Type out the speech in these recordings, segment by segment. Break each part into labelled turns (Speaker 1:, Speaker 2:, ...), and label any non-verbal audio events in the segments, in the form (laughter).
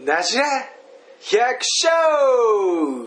Speaker 1: なじれ百姓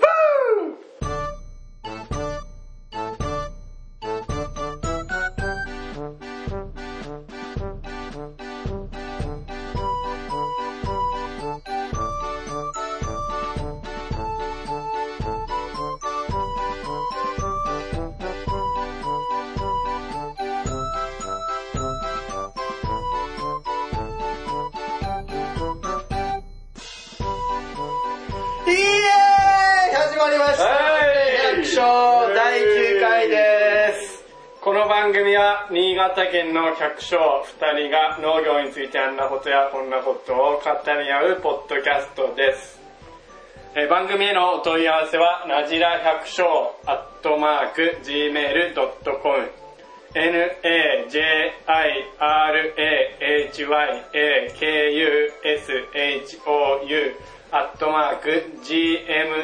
Speaker 1: イエーイ始まりました
Speaker 2: はい
Speaker 1: 百姓第9回です
Speaker 2: この番組は新潟県の百姓2人が農業についてあんなことやこんなことを語り合うポッドキャストですえー番組へのお問い合わせはなじら百姓アットマーク Gmail.com najirahyakshou アットマーク gmail.com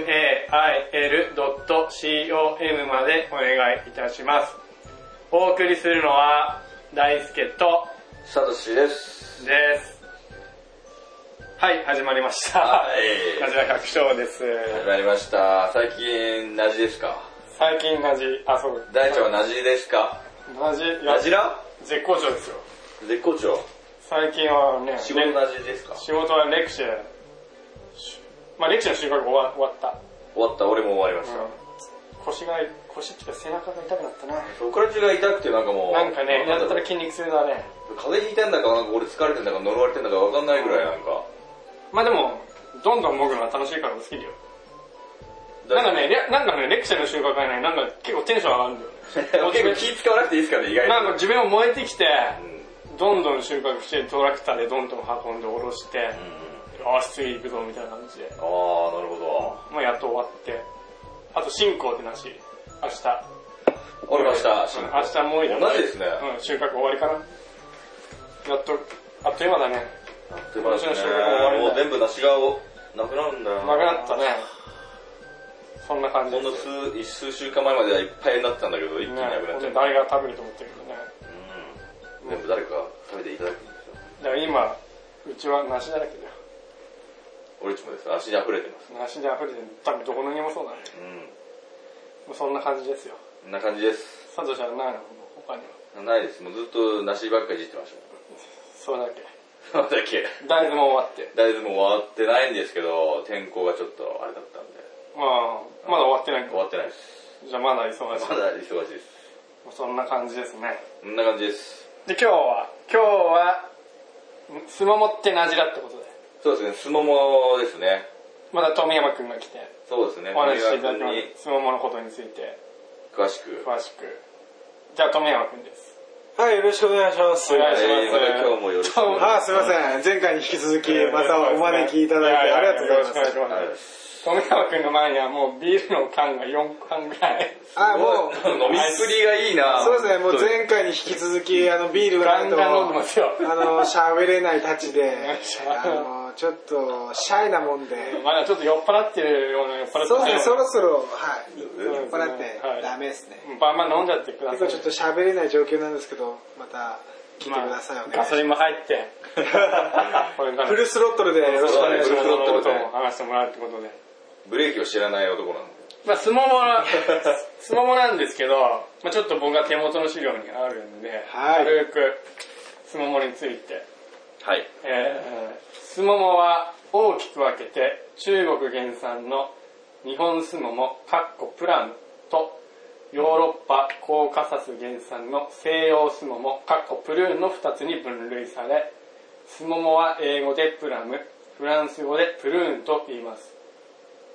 Speaker 2: までお願いいたします。お送りするのは大輔と
Speaker 3: サトシです。
Speaker 2: です。はい、始まりました。
Speaker 3: はい
Speaker 2: なじら百姓です。
Speaker 3: 始まりました。最近、なじですか
Speaker 2: 最近なじ、あ、そう。
Speaker 3: 大腸はなじですか
Speaker 2: なじ、いや
Speaker 3: なじら
Speaker 2: 絶好調ですよ。
Speaker 3: 絶好調。
Speaker 2: 最近はね、
Speaker 3: 仕事なじですか
Speaker 2: 仕事はレクチャー、しまあレクチャーの収穫終わ終わった。
Speaker 3: 終わった、俺も終わりまし
Speaker 2: 腰が、腰っていうか背中が痛くなったな。
Speaker 3: た。そこから中が痛くてなんかもう、
Speaker 2: なんかね、
Speaker 3: なん
Speaker 2: やった
Speaker 3: だろ
Speaker 2: ら
Speaker 3: う
Speaker 2: 筋肉痛だね。
Speaker 3: 風邪ひいてんだか、なんか俺疲れてんだか、呪われてんだかわかんないぐらいなんか。
Speaker 2: まあでも、どんどん潜るのは楽しいから好きだよ。なんかね、レなんかね、レクチャーの収穫がね、なんか結構テンション上がるんだよね。
Speaker 3: (laughs) 結構気
Speaker 2: (laughs)
Speaker 3: 使わなくていいですからね、意外
Speaker 2: な
Speaker 3: と。
Speaker 2: んか自分を燃えてきて、
Speaker 3: うん
Speaker 2: どんどん収穫して、トラクターでどんどん運んで下ろして、ああ、次行くぞみたいな感じで。
Speaker 3: あー、なるほ
Speaker 2: まあやっと終わって。あと、進行ってなし。明日。
Speaker 3: ど。俺も明日、
Speaker 2: うん明日もういい
Speaker 3: 同じですね
Speaker 2: うん、収穫終わりかな。やっと、あっという間だね。
Speaker 3: 手放しね
Speaker 2: 私の仕事終わりだ
Speaker 3: もう全部なしがをなくなるんだよ
Speaker 2: なくなったね。そんな感じ
Speaker 3: ほん
Speaker 2: で
Speaker 3: の
Speaker 2: す。
Speaker 3: 数一数週間前まではいっぱいになってたんだけど、一気に
Speaker 2: ね
Speaker 3: なくなっちゃっ
Speaker 2: 本当に
Speaker 3: た。
Speaker 2: 誰が食べると思ってるけどね。
Speaker 3: うん全部誰かが食べていただくんですよ。
Speaker 2: だから今、うちは梨だらけだよ。
Speaker 3: 俺ちもです。足に溢れてます。
Speaker 2: 梨で溢れてる、多分どこのにもそうだね。
Speaker 3: う
Speaker 2: もうそんな感じですよ。
Speaker 3: ん。こんな感じです。
Speaker 2: 佐藤ちゃんはないの他には。
Speaker 3: ないです。もうずっと梨ばっかりいじってまし
Speaker 2: それだけ。
Speaker 3: たもん。なんだっけ。
Speaker 2: 大豆も終わって。
Speaker 3: 大豆も終わってないんですけど、天候がちょっとあれだったんで。
Speaker 2: まあ、まだ終わってないけ
Speaker 3: 終わってないです。
Speaker 2: ど。じゃあまだ忙しい。
Speaker 3: まだ忙しいです。
Speaker 2: もうそんな感じですね。
Speaker 3: こんな感じです。
Speaker 2: で、今日は、今日は、んすももってなじらってことで。
Speaker 3: そうですね、すももですね。
Speaker 2: まだ富山くんが来て、
Speaker 3: そうですね、
Speaker 2: お話ししていただ
Speaker 3: 富
Speaker 2: きま
Speaker 3: 山
Speaker 2: す。すもものことについて、
Speaker 3: 君に詳しく。
Speaker 2: 詳しく。じゃあ富山くんです。
Speaker 1: はいよろしくお願いします
Speaker 2: お願いし
Speaker 3: えーま
Speaker 2: ます
Speaker 3: た今日もよろしく。
Speaker 2: どうも
Speaker 3: はい
Speaker 1: あすいません前回に引き続きまたお招きいただいてありがとうございます
Speaker 2: よろしくお願いします。富山くんの前にはもうビールの缶が4缶ぐらい。 (laughs)
Speaker 1: あもう
Speaker 3: 飲みっぷりがいいな
Speaker 1: そうですねもう前回に引き続きあのビール
Speaker 2: ガ
Speaker 1: が
Speaker 2: ン
Speaker 1: ないと
Speaker 2: ガン飲んでますよ。
Speaker 1: あの喋れないたちで
Speaker 2: し
Speaker 1: あのちょっとシャイなもんで
Speaker 2: まだちょっと酔っ払ってるような酔っ払ってるよ
Speaker 1: そうう
Speaker 2: な
Speaker 1: ですねそろそろはい
Speaker 3: うん
Speaker 1: 酔っ払って
Speaker 2: はい
Speaker 1: ダメですね
Speaker 2: バンバン飲んじゃってくださ
Speaker 1: 結
Speaker 2: い。
Speaker 1: 構ちょっと喋れない状況なんですけどまた聞いてくださいお願いし
Speaker 2: ガ
Speaker 1: ます
Speaker 2: ソリンも入
Speaker 1: (laughs)
Speaker 2: って、これから
Speaker 1: フルスロットルでよろしくお願いし
Speaker 2: 仕事
Speaker 1: ます。
Speaker 2: のことも話してもらうってことで。
Speaker 3: ブレーキを知らない男なんで。
Speaker 2: まあ、スモモな、 (laughs) スモモなんですけど、まあ、ちょっと僕が手元の資料にあるんで、
Speaker 1: はい
Speaker 2: 軽くスモモについて。
Speaker 3: はい。
Speaker 2: えースモモは大きく分けて中国原産の日本スモモカッコプランとヨーロッパコーカサス原産の西洋スモモカッコプルーンの2つに分類されスモモは英語でプラムフランス語でプルーンと言います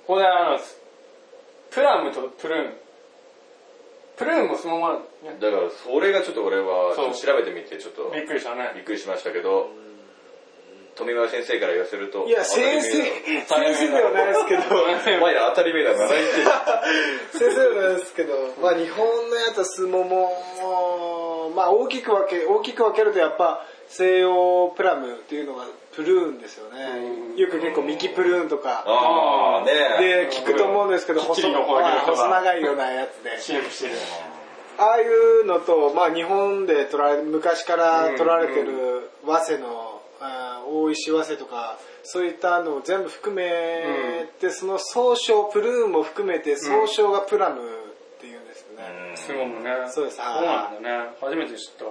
Speaker 2: ここであのプラムとプルーンプルーンもスモモなんですね
Speaker 3: だからそれがちょっと俺は
Speaker 2: そう
Speaker 3: ちょっと調べてみてちょっと
Speaker 2: びっくりしたね
Speaker 3: びっくりしましたけど富村先生から言わせると
Speaker 1: いや、先生、先生ではないですけ
Speaker 2: (laughs)
Speaker 1: ど、
Speaker 3: お前ら当たり前だな言ってる
Speaker 1: 先生ではないですけど、まあ日本のやつはスモモ、まあ大きく分け、大きく分けるとやっぱ西洋プラムっていうのがプルーンですよね。よく結構ミキプルーンとか
Speaker 3: ああね
Speaker 1: で聞くと思うんですけど、
Speaker 2: きっち
Speaker 1: 細
Speaker 2: りの方が
Speaker 1: はい細長いようなやつで。
Speaker 2: シールしてる
Speaker 1: ああいうのと、まあ、日本で取られ昔から取られてる早稲の、あー大石早稲とかそういったのを全部含めて、その総称プルーンも含めて総称がプラムっていうんですよね、
Speaker 2: すごいもんね。
Speaker 1: そうです
Speaker 2: そうなんだね。初めて知った。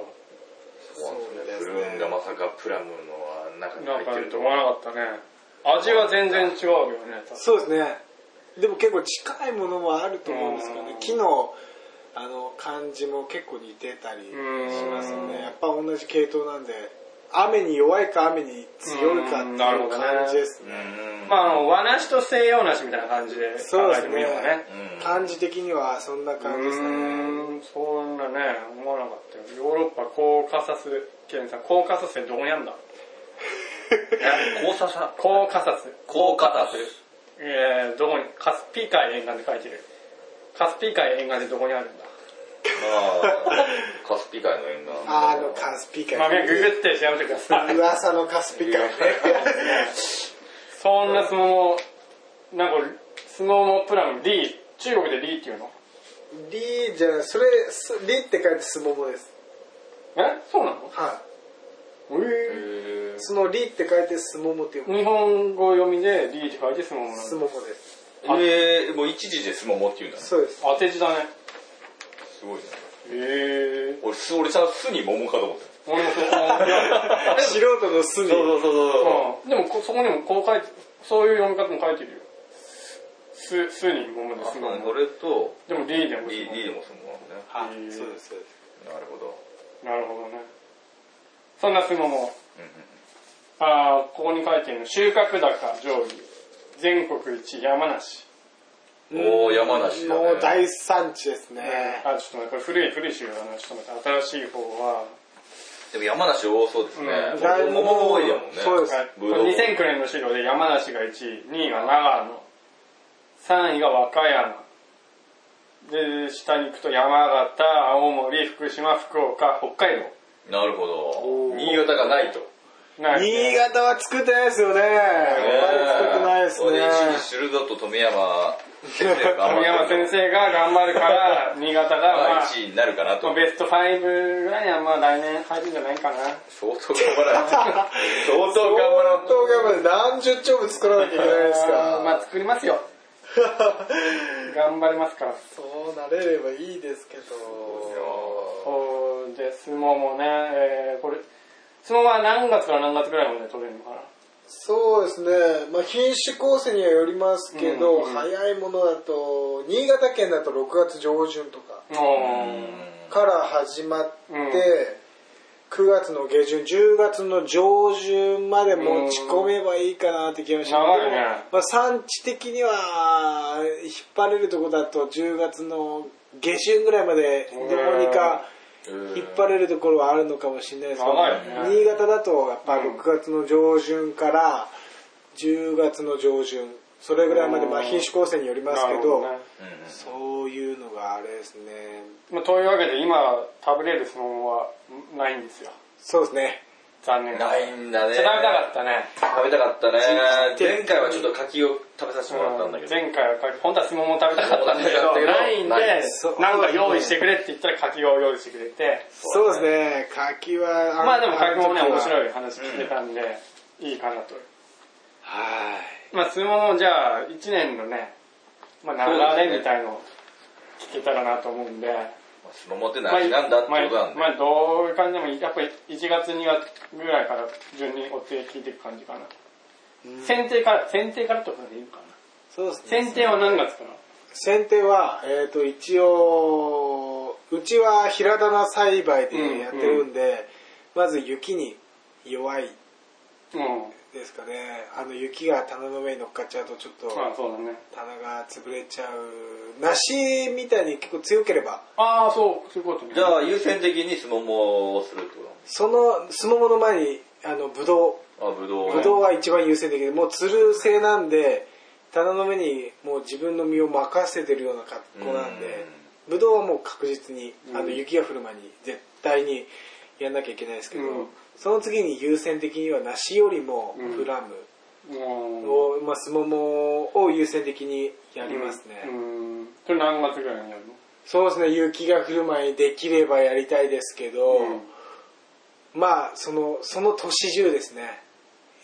Speaker 1: そうです
Speaker 3: ブ
Speaker 1: ね
Speaker 3: ルーンがまさかプラムの中に
Speaker 2: な
Speaker 3: 入
Speaker 2: ん
Speaker 3: ってる
Speaker 2: か
Speaker 3: と
Speaker 2: 思
Speaker 3: は。
Speaker 2: わなかったね。味は全然違うよね。
Speaker 1: そうですねでも結構近いものもあると思うんですけど
Speaker 2: う
Speaker 1: ね
Speaker 2: ん
Speaker 1: 木のあの感じも結構似てたりしますよ
Speaker 2: うん
Speaker 1: ねやっぱ同じ系統なんで雨に弱いか雨に強いかっ
Speaker 2: う
Speaker 1: てい
Speaker 2: ん
Speaker 1: う
Speaker 2: なるほどね
Speaker 1: 感じですね
Speaker 3: うん
Speaker 2: まああの、和梨と西洋梨みたいな感じで考
Speaker 1: そう
Speaker 2: え
Speaker 1: です
Speaker 2: て
Speaker 1: ね
Speaker 2: もいいのかね。
Speaker 3: うん
Speaker 1: 感じ的にはそんな感じです
Speaker 2: う
Speaker 1: ね
Speaker 2: ーんそんなね、思わなかったよ。ヨーロッパコーカサス県産、コーカサスってどこに
Speaker 1: (laughs)
Speaker 2: あるんだ
Speaker 3: 交差さ。
Speaker 2: コーカサス。
Speaker 3: 高価だという。
Speaker 2: えー、どこに、カスピー海沿岸で書いてる。カスピー海沿岸でどこにあるんだ
Speaker 3: あーカスピ海の沿岸。
Speaker 1: あのカスピ
Speaker 2: ま
Speaker 1: カ
Speaker 2: あ、ググって調べてください。
Speaker 1: 噂のカスピカ
Speaker 2: そんな相撲も、なんか、相撲もプラム D、中国で D っていうの
Speaker 1: リじゃないそれすリって書いてスモモです
Speaker 2: えそうなの
Speaker 1: は
Speaker 3: へ
Speaker 2: え
Speaker 1: い
Speaker 3: ー
Speaker 1: そのリって書いてスモモって読む
Speaker 2: 日本語読みで D って書いて相撲なんだ
Speaker 1: スモモです
Speaker 3: えー、もう一時でスモモっていうんだね。す
Speaker 1: そうです
Speaker 2: 当て字だね。
Speaker 3: ごいね。
Speaker 2: ええ
Speaker 3: 俺、す俺さ、すに桃かと思って
Speaker 2: 俺もそう思ういや
Speaker 1: 素人のスに
Speaker 3: うそうそ
Speaker 2: うんでもこそこにもこう書いて、そういう読み方も書いてるよ。す、すに桃ですも
Speaker 3: それと、
Speaker 2: でも D でも
Speaker 3: D,
Speaker 2: 相撲
Speaker 3: D でもスモモなんだね。
Speaker 1: あ
Speaker 2: へー
Speaker 1: そうですそうです
Speaker 3: なるほど。
Speaker 2: なるほどね。そんな相撲も、
Speaker 3: うんうん
Speaker 2: あーここに書いてるの、収穫高上位、全国一山梨。
Speaker 3: おー山梨だね
Speaker 1: もう大産地ですね、
Speaker 2: あ、ちょっと待って、これ古い古い資料だな、ちょっと待って、新しい方は、
Speaker 3: でも山梨多そうですね
Speaker 2: うん。
Speaker 1: だいぶ
Speaker 3: 桃が多いだもんね。
Speaker 1: そうです
Speaker 2: はい
Speaker 3: ぶどう
Speaker 2: 2009年の資料で山梨が1位、2位が長野、3位が和歌山、で、下に行くと山形、青森、福島、福岡、北海
Speaker 3: なるほ
Speaker 1: お
Speaker 3: ど。
Speaker 1: ー
Speaker 3: 新潟がないと。
Speaker 2: 道。ない
Speaker 1: 新潟は作ってないですよねまだ作ってないですね
Speaker 3: それ一時シルダと富山先生が頑張
Speaker 2: 富山
Speaker 1: (laughs)
Speaker 3: ってる
Speaker 2: 先生が頑張るから、新潟が、ま
Speaker 3: ま
Speaker 2: あ
Speaker 3: あ、1位になるかなと。
Speaker 2: ベスト5ぐらいにはまあ来年入るんじゃないかな。
Speaker 3: 相当頑張らないと。相当頑張らない
Speaker 1: 相当頑張って何十丁も作らなきゃいけないですか
Speaker 2: (laughs)
Speaker 1: ら、
Speaker 2: まあ作りますよ。頑張りますから。
Speaker 1: (laughs) そうなれればいいですけど
Speaker 2: そうで、相撲もね、えーこれ、相撲は何月から何月ぐらいまで取れるのかな。
Speaker 1: そうですね、まあ、品種構成にはよりますけど、
Speaker 2: うんうん
Speaker 1: 早いものだと新潟県だと6月上旬とか
Speaker 2: うん。
Speaker 1: から始まって、
Speaker 2: うん
Speaker 1: 9月の下旬10月の上旬まで持ち込めばいいかなって気がします
Speaker 2: 長いね
Speaker 1: でもまあ、産地的には引っ張れるとこだと10月の下旬ぐらいまでどこにか
Speaker 3: と。
Speaker 1: 引っ張れるところはあるのかもしれないですけ
Speaker 2: 長いよ
Speaker 1: ど、
Speaker 2: ね
Speaker 1: 新潟だとやっぱ6月の上旬から10月の上旬それぐらいまでまあ
Speaker 2: うん
Speaker 1: 品種構成によりますけ
Speaker 2: なるほ
Speaker 1: ど
Speaker 2: ね
Speaker 3: うんうん
Speaker 1: そういうのがあれですね
Speaker 2: まあ、というわけで今食べれる相撲はないんですよ
Speaker 1: そうですね
Speaker 2: 残念
Speaker 3: な
Speaker 2: ちょっ
Speaker 3: いんだね。
Speaker 2: と食べたかったね、
Speaker 3: 食べたかったね。前回はちょっと柿を食べさせてもらったんだけど。
Speaker 2: 前回は柿本当は相撲も食べたかったんだけ
Speaker 3: そ
Speaker 2: ど
Speaker 3: うだ
Speaker 2: な
Speaker 3: け
Speaker 2: いん
Speaker 3: ど
Speaker 2: で
Speaker 3: ない
Speaker 1: そう
Speaker 2: なんか用意してくれって言ったら柿を用意してくれて
Speaker 1: そうですね柿は
Speaker 2: まあでも柿もね面
Speaker 1: い
Speaker 2: 白い話聞けたんで、いいかなと
Speaker 1: は
Speaker 2: まあ相撲もじゃあ1年のね、まあ、流れみたいのを聞けたらなと思うんで
Speaker 3: スモモって何なんだって
Speaker 2: まあ
Speaker 3: ことなんだ
Speaker 2: まあどういう感じでもいいやっぱり1月2月ぐらいから順に追って聞いていく感じかな、
Speaker 1: うん
Speaker 2: 選定から選定からとかでいいのかな
Speaker 1: そうですね
Speaker 2: 選定は何月から
Speaker 1: 剪定は、えー、と一応うちは平棚栽培でやってるんで、まず雪に弱い
Speaker 2: うん
Speaker 1: ですかねあの雪が棚の上に乗っかっちゃうとちょっと
Speaker 2: まあそうだね
Speaker 1: 棚が潰れちゃう梨みたいに結構強ければ
Speaker 2: ああそうそういうことね
Speaker 3: じゃあ優先的にスモモをするってこ
Speaker 1: そのすももの前にあのブドウ
Speaker 3: とあ、ぶどうね。
Speaker 1: ブドウは一番優先的でもうつる性なんで棚の上にもう自分の身を任せてるような格好なんでブドウはもう確実にあ
Speaker 2: う
Speaker 1: の
Speaker 2: ん
Speaker 1: 雪が降る前に絶対にやんなきゃいけないですけど、
Speaker 2: うん
Speaker 1: その次に優先的には梨よりも
Speaker 2: うん
Speaker 1: プラム
Speaker 2: うん
Speaker 1: を、まあ、スモモを優先的にやりますね、
Speaker 2: うんそれ何月ぐらいにやるの
Speaker 1: そうですね雪が降る前にできればやりたいですけど、
Speaker 2: うん
Speaker 1: まあそのその年中ですね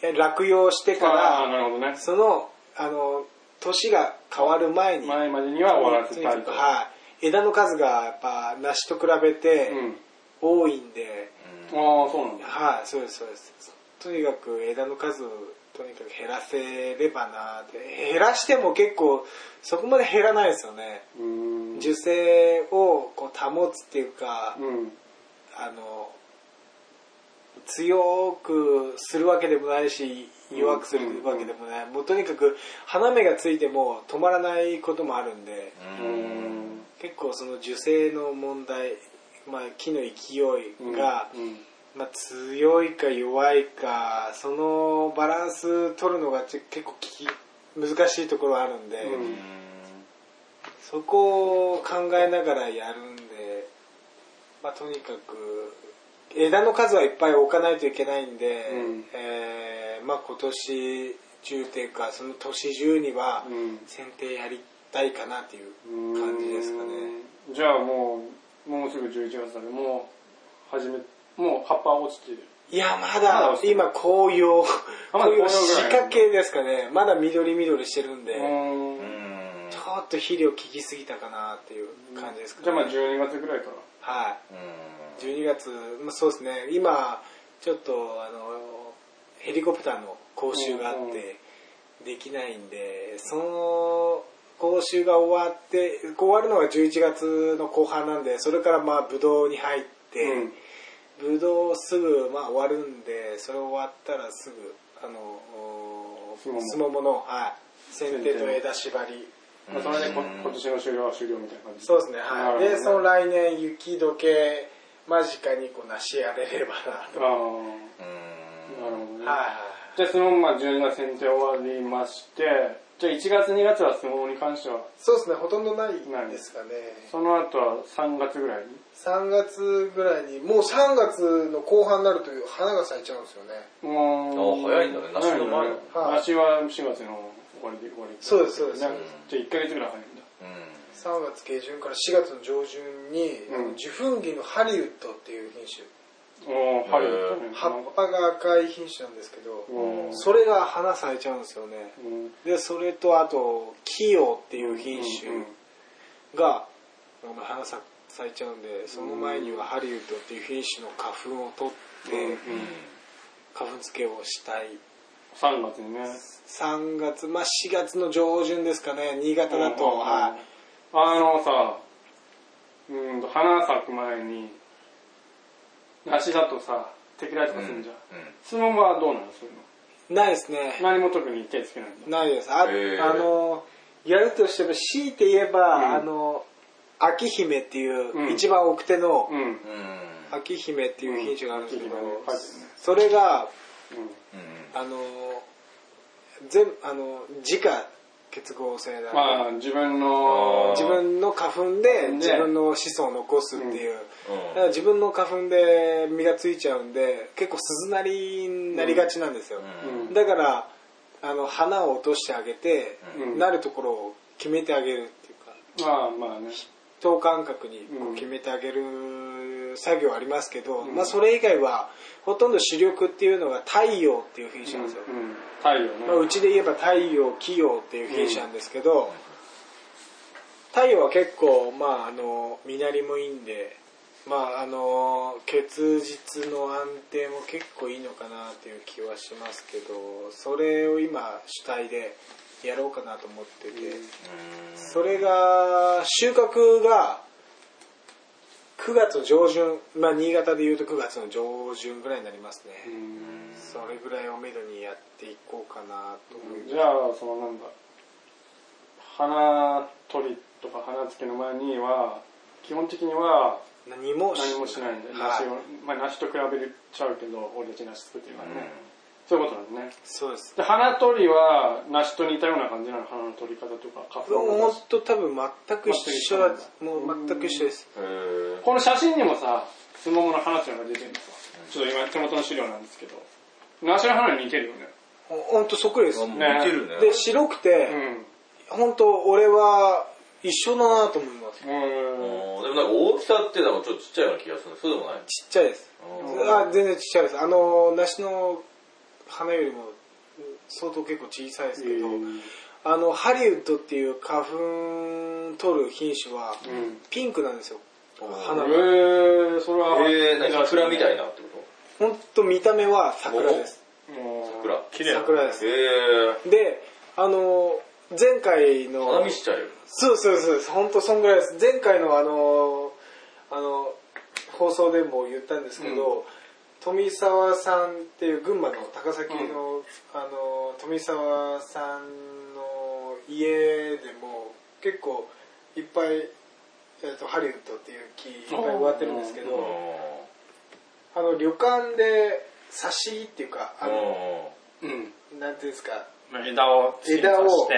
Speaker 1: え落葉してか
Speaker 2: ああ、
Speaker 1: ら
Speaker 2: なるほどね。
Speaker 1: そのあの年が変わる前に
Speaker 2: 前までには終わらせたいと。
Speaker 1: はい、枝の数がやっぱ梨と比べて
Speaker 2: うん。
Speaker 1: 多いんで、
Speaker 2: ああ、そうなんだ。
Speaker 1: はいそうですそうですとにかく枝の数をとにかく減らせればなって減らしても結構そこまで減らないですよね
Speaker 2: うーん。
Speaker 1: 樹勢をこう保つっていうか、
Speaker 2: うん。
Speaker 1: あの強くするわけでもないし弱くするわけでもない、もうとにかく花芽がついても止まらないこともあるんで、
Speaker 2: うーん。
Speaker 1: 結構その樹勢の問題、まあ、木の勢いが、
Speaker 2: うん
Speaker 1: まあ、強いか弱いかそのバランス取るのがち結構き難しいところあるんで、
Speaker 2: うん
Speaker 1: そこを考えながらやるんで、まあ、とにかく枝の数はいっぱい置かないといけないんで、
Speaker 2: うん
Speaker 1: えーまあ、今年中というかその年中には
Speaker 2: うん
Speaker 1: 剪定やりたいかなっていう感じですかね。
Speaker 2: うんじゃあもう、もうすぐ11月だね。もう、始め、もう葉っぱ落ちてる。
Speaker 1: いや、ま
Speaker 2: まだ
Speaker 1: だ
Speaker 2: 落ちてる
Speaker 1: 今紅葉、
Speaker 2: あ (laughs) まだ紅葉ぐら
Speaker 1: 紅葉
Speaker 2: い
Speaker 1: 仕掛けですかね。まだ緑緑してるんで、
Speaker 2: う
Speaker 1: ち
Speaker 2: ーん。
Speaker 1: ょっと肥料効きすぎたかなっていう感じです
Speaker 2: じ
Speaker 1: か
Speaker 2: ゃあま
Speaker 1: ね。
Speaker 2: あ12月ぐらいから。
Speaker 1: はい。12月、まあ、そうですね、今、ちょっと、あの、ヘリコプターの講習があ
Speaker 2: うん
Speaker 1: っ
Speaker 2: うん
Speaker 1: て、できないんで、その、講習が終わって、こう終わるのが11月の後半なんで、それからまあ、ブドウに入って、
Speaker 2: うん
Speaker 1: ブドウすぐ、まあ、終わるんで、それ終わったらすぐ、あの、お
Speaker 2: すもも
Speaker 1: すももの、はい、剪定と枝縛り。
Speaker 2: まあ、それでこ今年の終了は終了みたいな感じ。
Speaker 1: そうですね、
Speaker 2: なる
Speaker 1: は
Speaker 2: ほ
Speaker 1: い。
Speaker 2: どね
Speaker 1: で、その来年、雪解け間近にこう、成しやれればなと
Speaker 2: ああ、なるほどね。
Speaker 1: はい
Speaker 2: じゃあ、そのまま12月選定終わりまして、じゃあ1月2月は相撲に関しては、
Speaker 1: そうですね、ほとんどないんですかね。
Speaker 2: その後は3月ぐらいに。
Speaker 1: 3月ぐらいに、もう3月の後半になると花が咲いちゃうんですよね。
Speaker 2: うーん
Speaker 3: あ早いんだね梨の前
Speaker 2: 早いんだね
Speaker 1: はい
Speaker 2: 梨は4月の終わりで終わり。
Speaker 1: そうですそうです
Speaker 2: ねじゃあ1ヶ月ぐらい早いんだ。
Speaker 1: 3月下旬から4月の上旬に、
Speaker 2: うん
Speaker 1: あの受粉着のハリウッドっていう品種、
Speaker 2: おー、春だね。
Speaker 1: 葉っぱが赤い品種なんですけど、
Speaker 2: おー
Speaker 1: それが花咲いちゃうんですよね。
Speaker 2: うん
Speaker 1: で、それとあと、キヨっていう品種が、あの花咲咲いちゃうんで、その前にはハリウッドっていう品種の花粉を取って、花粉付けをしたい
Speaker 2: 3月にね。
Speaker 1: 3月、まあ、4月の上旬ですかね、新潟だと、
Speaker 2: うん
Speaker 1: は
Speaker 2: あのさ、うーんと、花咲く前に、梨だとさ、テキラとかするんじゃん。スモモはどうなのそういうの。
Speaker 1: い、ないですね、
Speaker 2: 何も特に手つけないんだ。
Speaker 1: ないです、あ,、
Speaker 3: へー
Speaker 1: あのやるとしても、強いて言えば、
Speaker 2: うん
Speaker 1: あの秋姫っていう、
Speaker 2: うん
Speaker 1: 一番奥手の
Speaker 2: うん。
Speaker 1: 秋姫っていう品種があるんですけど、
Speaker 2: うん秋姫ねはい
Speaker 1: それが、
Speaker 2: うん
Speaker 1: あの全あの自家結合性なんで、
Speaker 2: まあ、自分の、
Speaker 1: 自分の花粉で
Speaker 2: ね
Speaker 1: 自分の子孫を残すっていう。だから自分の花粉で実がついちゃうんで結構鈴なりになりがちなんですよ、
Speaker 2: うん
Speaker 1: だからあの花を落としてあげて、
Speaker 2: うん
Speaker 1: なるところを決めてあげるっていうか
Speaker 2: まあまあね。
Speaker 1: 等間隔にこ
Speaker 2: う
Speaker 1: うん決めてあげる作業ありますけど、まあ、それ以外はほとんど主力っていうのが太陽っていう品種なんですよ、
Speaker 2: うんうん太陽
Speaker 1: まあ、う
Speaker 2: ね。
Speaker 1: ちで言えば太陽器陽っていう品種なんですけど、太陽は結構まああの身なりもいいんでまああの結実の安定も結構いいのかなっていう気はしますけどそれを今主体でやろうかなと思ってて、それが収穫が9月の上旬まあ新潟でいうと9月の上旬ぐらいになりますね、
Speaker 2: うん
Speaker 1: それぐらいをめどにやっていこうかなと思い
Speaker 2: じ
Speaker 1: ます
Speaker 2: ゃあ、そのなんだ、花取りとか花付けの前には、基本的には
Speaker 1: 何も
Speaker 2: 何もしないんで、
Speaker 1: は
Speaker 2: 梨
Speaker 1: い
Speaker 2: を、まあ梨と比べちゃうけど、俺たち梨作ってるからね。そういうことなんですね。
Speaker 1: そうです
Speaker 2: で、花取りは梨と似たような感じなの、花の取り方とか、花粉
Speaker 1: ほんと多分全く一緒だもう全く一緒です
Speaker 2: この写真にもさ、スモモの花っていうのが出てるんですよ。ちょっと今手元の資料なんですけど、梨の花に似てるよね。
Speaker 1: ほほんとそっくりですで
Speaker 3: で
Speaker 1: 白くて
Speaker 2: う、ん。
Speaker 1: ほんと俺は一緒だなと思います
Speaker 2: うん。
Speaker 3: もなんか大きさってなんかちょっとちっちゃいような気がするそうでもない
Speaker 1: ちっちゃいですあ全然ちっちゃいですあの梨の花よりも相当結構小さいですけど、
Speaker 2: うん
Speaker 1: あのハリウッドっていう花粉取る品種はピンクなんですよ、花が
Speaker 2: えー、それは、
Speaker 3: えー、なに桜みたいなってこ
Speaker 1: 本当見た目は桜です
Speaker 2: もう
Speaker 3: 桜
Speaker 2: 綺麗
Speaker 1: 桜です
Speaker 3: とえ
Speaker 1: であの前回
Speaker 3: ー、
Speaker 1: の
Speaker 3: 花見しちゃうよ。
Speaker 1: そうそうそうです本当そんぐらいです前回のあのあの放送でも言ったんですけど、富澤さんっていう群馬の高崎の,、あの富澤さんの家でも結構いっぱい、えー、とハリウッドっていう木いっぱい植わってるんですけど、あの旅館で挿しっていうかあの、
Speaker 2: うん
Speaker 1: なんていうんですか
Speaker 2: 枝を小さ
Speaker 1: 枝を
Speaker 2: くして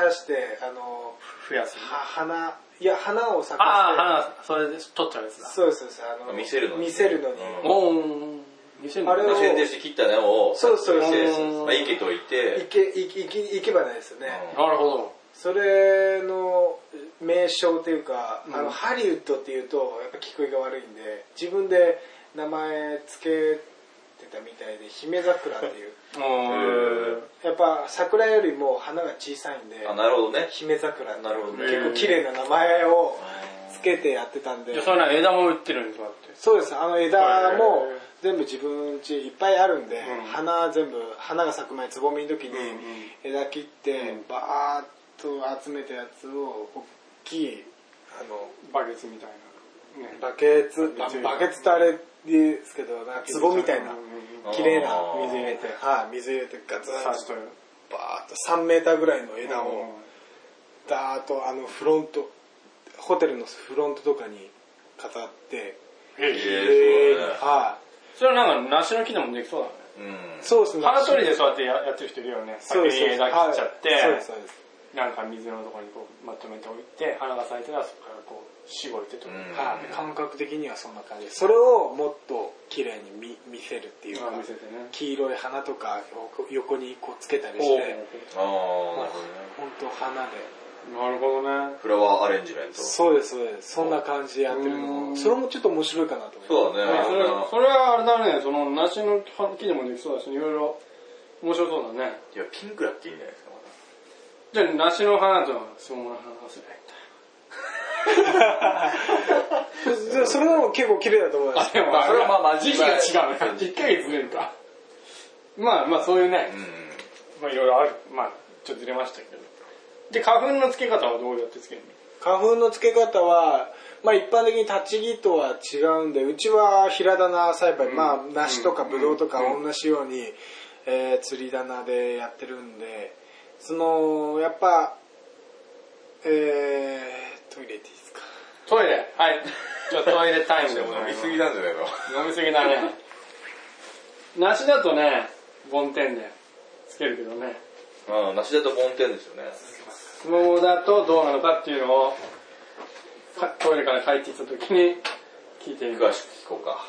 Speaker 1: 挿してあの
Speaker 2: 増やす
Speaker 1: は花いや花を咲かせて
Speaker 2: ああ花それで取っちゃうやつだ
Speaker 1: そうですそうですあの
Speaker 3: 見せるのに
Speaker 1: 見せるのに
Speaker 3: うん
Speaker 2: おー見せるの
Speaker 1: あれを
Speaker 3: 剪定して切った根を、
Speaker 1: そうそうそう
Speaker 3: 剪定してまあ、生けとい
Speaker 1: い
Speaker 3: て、
Speaker 1: けいけいけいけばないですよね、
Speaker 2: なるほど
Speaker 1: それの名称というか、
Speaker 2: うん
Speaker 1: あのハリウッドっていうとやっぱ聞こえが悪いんで自分で名前つけてたみたいで姫桜って
Speaker 3: (laughs)
Speaker 1: いう
Speaker 2: うん
Speaker 1: やっぱ桜よりも花が小さいんで
Speaker 3: あ、なるほどね。
Speaker 1: 姫桜って
Speaker 3: なるほどね
Speaker 1: 結構綺麗な名前をつけてやってたんで
Speaker 2: じゃあそれなら枝も売ってるんですよだって
Speaker 1: そうですあの枝も
Speaker 2: へー
Speaker 1: 全部自分家いっぱいあるんで、
Speaker 2: うん
Speaker 1: 花全部花が咲く前つぼみの時に
Speaker 2: んうん
Speaker 1: 枝切って、バーッと集めたやつを大きいあの
Speaker 2: バケツみたいなね
Speaker 1: バケツ
Speaker 2: バケツ
Speaker 1: バケツってあれですけどなんか壺みたいな
Speaker 2: うんうん
Speaker 1: 綺麗な
Speaker 3: あー
Speaker 1: 水入れて、はい、水入れてガツン
Speaker 2: 刺しと
Speaker 1: と
Speaker 2: る
Speaker 1: バーッと3メーターぐらいの枝
Speaker 2: う
Speaker 1: を
Speaker 2: ん
Speaker 1: ダーッとあのフロントホテルのフロントとかに飾って
Speaker 3: えーそ
Speaker 1: で
Speaker 3: うだね
Speaker 1: はい
Speaker 2: それはなんか梨の木でもできそうだね
Speaker 3: うん。
Speaker 1: そうですね。
Speaker 2: 花取りでそうやってややってる人いるよね
Speaker 1: そう
Speaker 2: 先
Speaker 1: です
Speaker 2: に枝切っちゃって、
Speaker 1: はいそうです、そうです。
Speaker 2: なんか水のところにこうまとめておいて花が咲いたらそこからこうしごいてとか、
Speaker 3: うん
Speaker 1: はい。感覚的にはそんな感じです。それをもっと綺麗に見見せるっていうか
Speaker 2: 今、見せてね
Speaker 1: 黄色い花とか横横にこうつけたりして、
Speaker 3: あー、なるほどね。
Speaker 1: 本当花で。
Speaker 2: なるほどね
Speaker 3: フラワーアレンジメント。そ
Speaker 1: そうです、そうです。そんな感じでやってる
Speaker 2: う
Speaker 1: の
Speaker 2: ん
Speaker 1: も、それもちょっと面白いかなと思います。
Speaker 3: う
Speaker 2: そ
Speaker 3: だね。
Speaker 2: れ
Speaker 3: いろんな
Speaker 2: それはあれだねその梨の木でもできそうだしいろいろ面白そうだね
Speaker 3: いや、ピンクだっていいんじゃないですか、まだ
Speaker 2: じゃあ梨の花と相撲の花をすればいいんだ
Speaker 1: それそれも結構綺麗だと思います。
Speaker 2: でも
Speaker 3: まあそれはまあまあ
Speaker 2: 時期が違うね。1ヶ月ずれか。まあまあそういうね、まあいろいろある。まあちょっとずれましたけど。で、花粉の付け方はどうやって付ける
Speaker 1: 花粉の付け方は、まあ、一般的に立ち木とは違うんでうちは平棚栽培、まあ、梨とかブドウとか同じように、えー釣り棚でやってるんでそのやっぱえー、トイレ行っていいですか
Speaker 2: のトイレ。はい。じゃあトイレタイムで
Speaker 3: で (laughs)
Speaker 2: ござ
Speaker 3: も飲
Speaker 2: い
Speaker 3: み
Speaker 2: ます
Speaker 3: すぎなんじゃないの
Speaker 2: 飲みすぎだね。梨だとね、梵天で付けるけどね。
Speaker 3: うん、梨だと梵天ですよね。
Speaker 2: スモモだとどうなのかっていうのを、かトイレから帰ってきた時に聞いてみる。
Speaker 3: 詳しく聞こうか。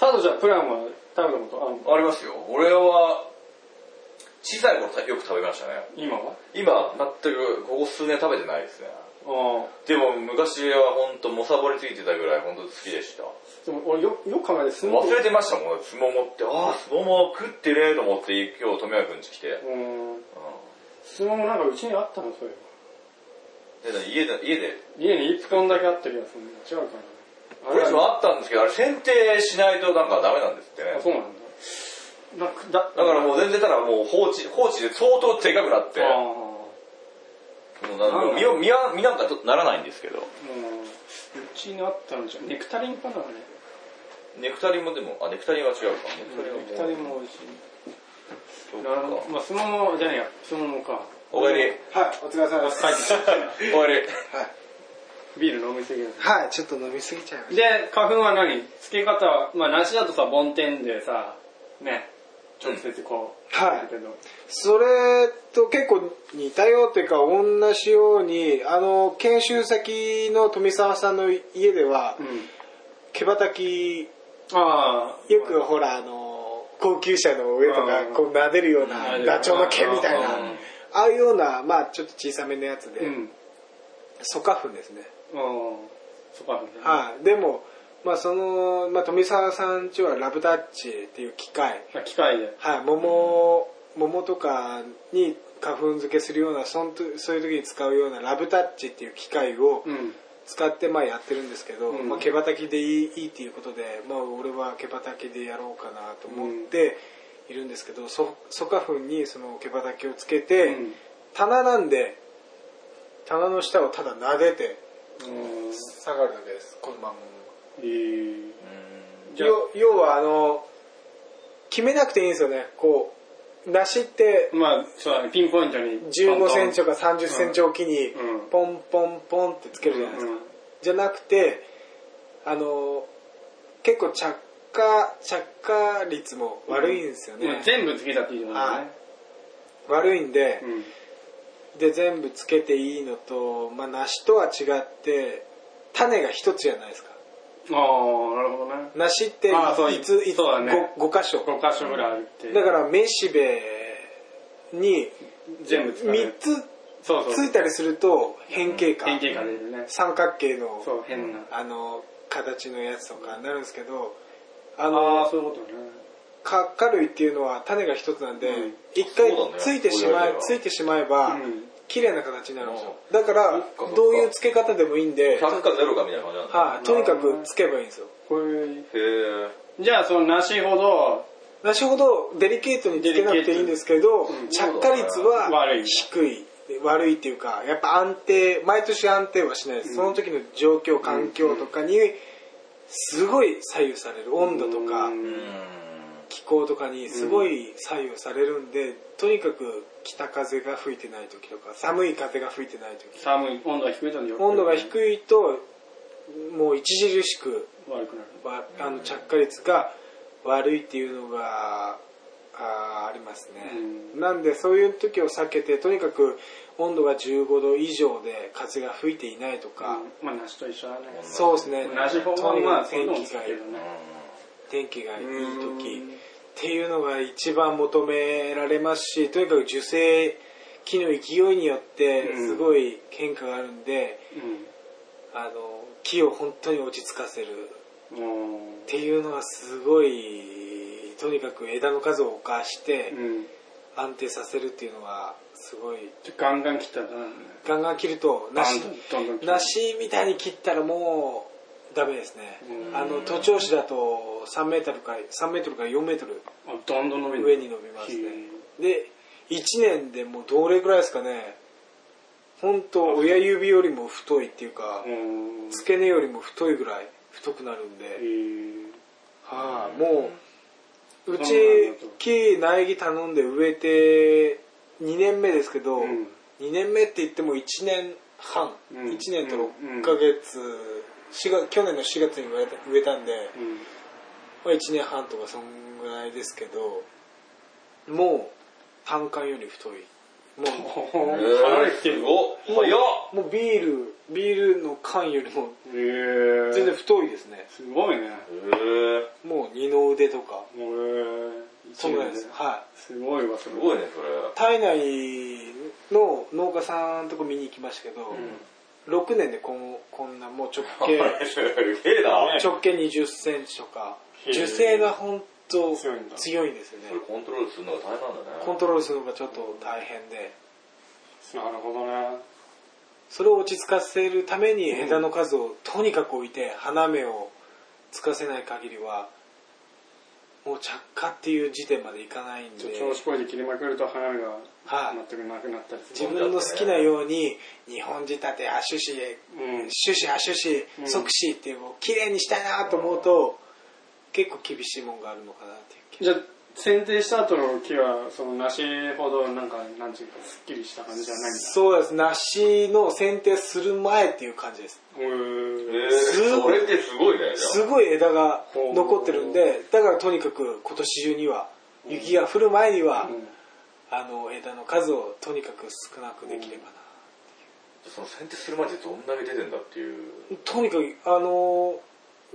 Speaker 2: 佐藤ちゃん、プランは食べたことあるの
Speaker 3: ありますよ。俺は、小さい頃よく食べましたね。
Speaker 2: 今は
Speaker 3: 今、全くここ数年食べてないですね。
Speaker 2: ああ。
Speaker 3: でも昔は本当、もさぼりついてたぐらい本当好きでした。
Speaker 2: でも俺よよく考えてスモ
Speaker 3: 忘れてましたもん、すももって。ああ、すもも食ってねえと思って、今日、富山くん家来て。うん
Speaker 2: うん質問なんかうちにあったのそうい
Speaker 3: でだから家で、家で。
Speaker 2: えば家に1本だけあった気がするんだ違うかな
Speaker 3: 俺たち
Speaker 2: あ
Speaker 3: もあったんですけど、あれ剪定しないとなんかダメなんですってね。
Speaker 2: そうなんだだだ
Speaker 3: だからも
Speaker 2: う
Speaker 3: う全然ただもう放置、放置で相当でかくなって、
Speaker 2: ああ
Speaker 3: もうなんか見よ見や見なんかとならないんですけど、
Speaker 2: うんうちにあったのじゃネクタリンかなあれ
Speaker 3: ネクタリンもでも、あ、ネクタリンは違うか。ネクタリンは
Speaker 2: ネクタリンも美味し
Speaker 3: そう
Speaker 2: い
Speaker 3: か
Speaker 2: なるほどまあスモモじゃねえやスモモか
Speaker 3: おかえり。
Speaker 1: (laughs) はいお疲れ様です
Speaker 2: は
Speaker 1: はいい、
Speaker 3: おかえり。
Speaker 2: ビール飲みすぎる
Speaker 1: はい、ちょっと飲みすぎちゃいまし
Speaker 2: で花粉は何付け方はまあ梨だとさ梵天でさね直接こう、
Speaker 1: うんはい
Speaker 2: やるけど
Speaker 1: たそれと結構似たよっていうか同じようにあの研修先の富澤さんの家では、
Speaker 2: うん
Speaker 1: 毛畑
Speaker 2: ああ
Speaker 1: よくほらあの高級車の上とか
Speaker 2: うん
Speaker 1: こう撫でるような
Speaker 2: うん
Speaker 1: ダチョウの毛みたいな
Speaker 2: うん
Speaker 1: ああいうようなまあちょっと小さめのやつで
Speaker 2: うん
Speaker 1: 粗花粉ですね
Speaker 2: うんそこはね
Speaker 1: はいでもまあそのまあ富澤さんちはラブタッチっていう機械
Speaker 2: 機械で。
Speaker 1: はい桃桃とかに花粉漬けするようなそんとそういう時に使うようなラブタッチっていう機械を
Speaker 2: うん。
Speaker 1: 使ってまあやってるんですけど、
Speaker 2: うん
Speaker 1: まあ、毛羽先でいいいいっていうことで、まあ、俺は毛羽先でやろうかなと思っているんですけど、そ粗花粉にその毛羽先をつけて、
Speaker 2: うん
Speaker 1: 棚なんで棚の下をただ撫でて下がるだけですこのまま。
Speaker 2: えー (laughs) じゃあ
Speaker 1: 要要はあの決めなくていいんですよねこう梨って
Speaker 2: まあ、そうだね、ピンポイントに。
Speaker 1: 15センチとか30センチおきに
Speaker 2: うん
Speaker 1: ポンポンポンってつけるじゃないですか、じゃなくてあの結構着火着火率も悪いんですよね、
Speaker 2: まあ全部つけちゃっていいと思う
Speaker 1: は
Speaker 2: ね。
Speaker 1: い悪いんで、
Speaker 2: うん
Speaker 1: で全部つけていいのと、まあ、梨とは違って種が一つじゃないですか
Speaker 2: ああ、なるほどね。
Speaker 1: 梨って
Speaker 2: あーそう
Speaker 1: いついつ
Speaker 2: そうだね
Speaker 1: 5, 箇所
Speaker 2: 5箇所ぐらいあるって。
Speaker 1: だか、らめしべに
Speaker 2: 全部使うね
Speaker 1: 3つ
Speaker 2: そうそう。
Speaker 1: ついたりすると変形か
Speaker 2: 変形感出るね。
Speaker 1: 三角形の
Speaker 2: そう、変な。
Speaker 1: あの形のやつとかになるんですけどあ
Speaker 2: ああ、
Speaker 1: の
Speaker 2: そういうことね。
Speaker 1: かっか類っていうのは種が一つなんで
Speaker 2: うん
Speaker 1: 一回
Speaker 3: そうだね
Speaker 1: ついてしま
Speaker 3: そうだ
Speaker 1: え
Speaker 3: よ
Speaker 1: ついてしまえば
Speaker 2: うん
Speaker 1: 綺麗な形になるんですよ
Speaker 3: う
Speaker 1: だから
Speaker 3: そっかそっか
Speaker 1: どういう付け方でもいいん
Speaker 3: 100
Speaker 1: で
Speaker 3: か0かみたいな感じなんだ。
Speaker 1: はいとにかくつけばいいんですよ
Speaker 2: こういう。
Speaker 3: へー
Speaker 2: じゃあ、その梨ほど、
Speaker 1: 梨ほどデリケートにつけなくていいんですけど
Speaker 2: デリケートにうん
Speaker 1: 着火率は
Speaker 2: 悪い
Speaker 1: 低い悪いっていうかやっぱ安定毎年安定はしないです、その時の状況環境とかにすごい左右される温度とか
Speaker 2: うん
Speaker 3: うん。
Speaker 1: 気候とかにすごい左右されるんでとにかく北風が吹いてない時とか寒い風が吹いてない時
Speaker 2: 寒い、温度が低いとよく
Speaker 1: 温度が低いともう著しく
Speaker 2: 悪くなる。
Speaker 1: わあの着火率が悪いっていうのがあーありますね、なんでそういう時を避けてとにかく温度が15度以上で風が吹いていないとか、
Speaker 2: まあ、梨と一緒だね。
Speaker 1: そうですね
Speaker 2: 梨ほど
Speaker 1: とに
Speaker 2: まあ、
Speaker 1: かく
Speaker 2: そういうの
Speaker 1: 天
Speaker 2: も
Speaker 1: 気
Speaker 2: つけ
Speaker 1: がいい
Speaker 2: るよね。
Speaker 1: 天気がいい時
Speaker 2: うん
Speaker 1: っていうのが一番求められますしとにかく受精期の勢いによってすごい変化があるんで、あの木を本当に落ち着かせる
Speaker 2: うん。もう
Speaker 1: っていうのはすごいとにかく枝の数を犯して
Speaker 2: うん。
Speaker 1: 安定させるっていうのはすごい
Speaker 2: ちょガンガン切ったらな
Speaker 1: ガンガン切ると
Speaker 2: バ
Speaker 1: 梨
Speaker 2: ンとどんどん切る
Speaker 1: 梨みたいに切ったらもうダメですね
Speaker 2: うん
Speaker 1: あの徒長枝だと3メートルか3メートルから4メートル
Speaker 2: あどんどん伸びる
Speaker 1: 上に伸びますねで1年でもうどれぐらいですかね本当親指よりも太いっていうか
Speaker 2: うん
Speaker 1: 付け根よりも太いぐらい太くなるんで、
Speaker 2: へー
Speaker 1: はいもううち
Speaker 2: そうなんだと
Speaker 1: 木苗木頼んで植えて2年目ですけど、
Speaker 2: うん
Speaker 1: 2年目って言っても1年半、
Speaker 2: うん
Speaker 1: 1年と
Speaker 2: うん
Speaker 1: 6ヶ月、四月去年の4月に植えた植えたんで、
Speaker 2: うん
Speaker 1: まあ、1年半とかそんぐらいですけどもう単管より太いも
Speaker 2: ほほ
Speaker 3: へ
Speaker 2: か
Speaker 3: ー
Speaker 2: なり切ってる
Speaker 3: すごっ早っ
Speaker 2: (laughs)
Speaker 1: うもうビールビールの缶よりも
Speaker 2: へー
Speaker 1: 全然太いですね、
Speaker 2: すごいね
Speaker 3: へー
Speaker 1: もう二の腕とか
Speaker 2: もうへー
Speaker 1: そんぐらいです、はい
Speaker 2: すごいわそ
Speaker 3: す
Speaker 2: れ
Speaker 3: ごいね、それ。
Speaker 1: 体内の農家さんとこ見に行きましたけど、6年でこんこんなもう直
Speaker 2: (laughs)
Speaker 1: 径
Speaker 3: すげえな。
Speaker 1: 直径2 0センチとか
Speaker 2: へえ
Speaker 1: 受精が本当
Speaker 2: 強いんだ
Speaker 1: 強いんですよね
Speaker 3: それコントロールするのが大変なんだね。
Speaker 1: コントロールするのがちょっと大変で
Speaker 2: なるほどね
Speaker 1: それを落ち着かせるために枝の数をとにかく置いて花芽をつかせない限りはもう着火っていう時点までいかないんで
Speaker 2: ちょ調子こいで切りまくると花芽が
Speaker 1: はい
Speaker 2: 全くなくなったりす
Speaker 1: 自
Speaker 2: る
Speaker 1: 分の好きなように日本仕立てアシュシエ
Speaker 2: うん
Speaker 1: 手指足指
Speaker 2: うん
Speaker 1: 即死っていうのを綺麗にしたいなと思うと結構厳しいもんがあるのかなっていう気
Speaker 2: じゃあ剪定した後の木はその梨ほどなんかなんていうかすっきりした感じじゃないんだ
Speaker 1: そうです梨の剪定する前っていう感じです
Speaker 2: へー
Speaker 3: え
Speaker 1: す
Speaker 3: ー、そ
Speaker 1: ごい
Speaker 3: れってすごいね、じゃ
Speaker 1: すごい枝が残ってるんでだからとにかく今年中には雪が降る前には、
Speaker 2: うん
Speaker 1: あの枝の数をとにかく少なくできればな、
Speaker 3: あ。その選定する前ってどんだけ出てんだっていう。
Speaker 1: とにかくあの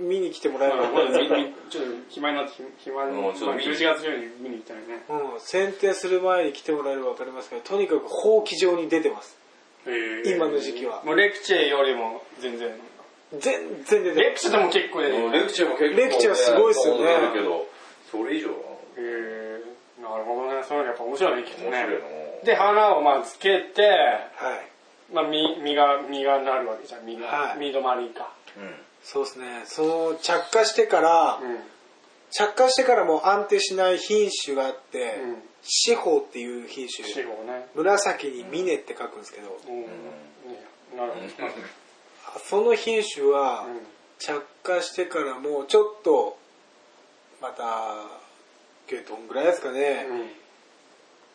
Speaker 1: ー見に来てもらえれば、
Speaker 2: まあみみちょっと暇になって、暇に、ま
Speaker 3: う
Speaker 2: あ、
Speaker 3: んちょっと見に
Speaker 2: 11月中に見に行ったよね。
Speaker 1: うん、剪定する前に来てもらえれば分かりますけどとにかくほうき状に出てます今の時期は
Speaker 2: もうレクチェよりも全然。
Speaker 1: 全然出て
Speaker 2: レ
Speaker 1: ま
Speaker 2: クチ
Speaker 1: す
Speaker 2: ェでも結構出て
Speaker 3: うん
Speaker 2: る。
Speaker 3: レクチャーも結構ね、
Speaker 1: レクチャーすごいっすよ
Speaker 3: そう
Speaker 1: ね
Speaker 3: なるけど、それ以上なの
Speaker 2: へーななるほどね。そういうのやっぱ面白いね、きっと
Speaker 3: 面白い
Speaker 2: ね。
Speaker 3: の
Speaker 2: で、花をまあつけて、
Speaker 1: はい
Speaker 2: まあ実、実が、実がなるわけじゃん。実が、
Speaker 1: はい
Speaker 2: 実止まりか。
Speaker 1: そうですねその着火してから、
Speaker 2: うん。
Speaker 1: 着火してからも安定しない品種があって、
Speaker 2: うん。
Speaker 1: 四方っていう品種
Speaker 2: 死後ね。
Speaker 1: 紫に峰って書くんですけど、
Speaker 2: うん。いやなるほど。
Speaker 1: その品種は
Speaker 2: うん
Speaker 1: 着火してからもうちょっとまたけどんぐらいですかね、
Speaker 2: うん。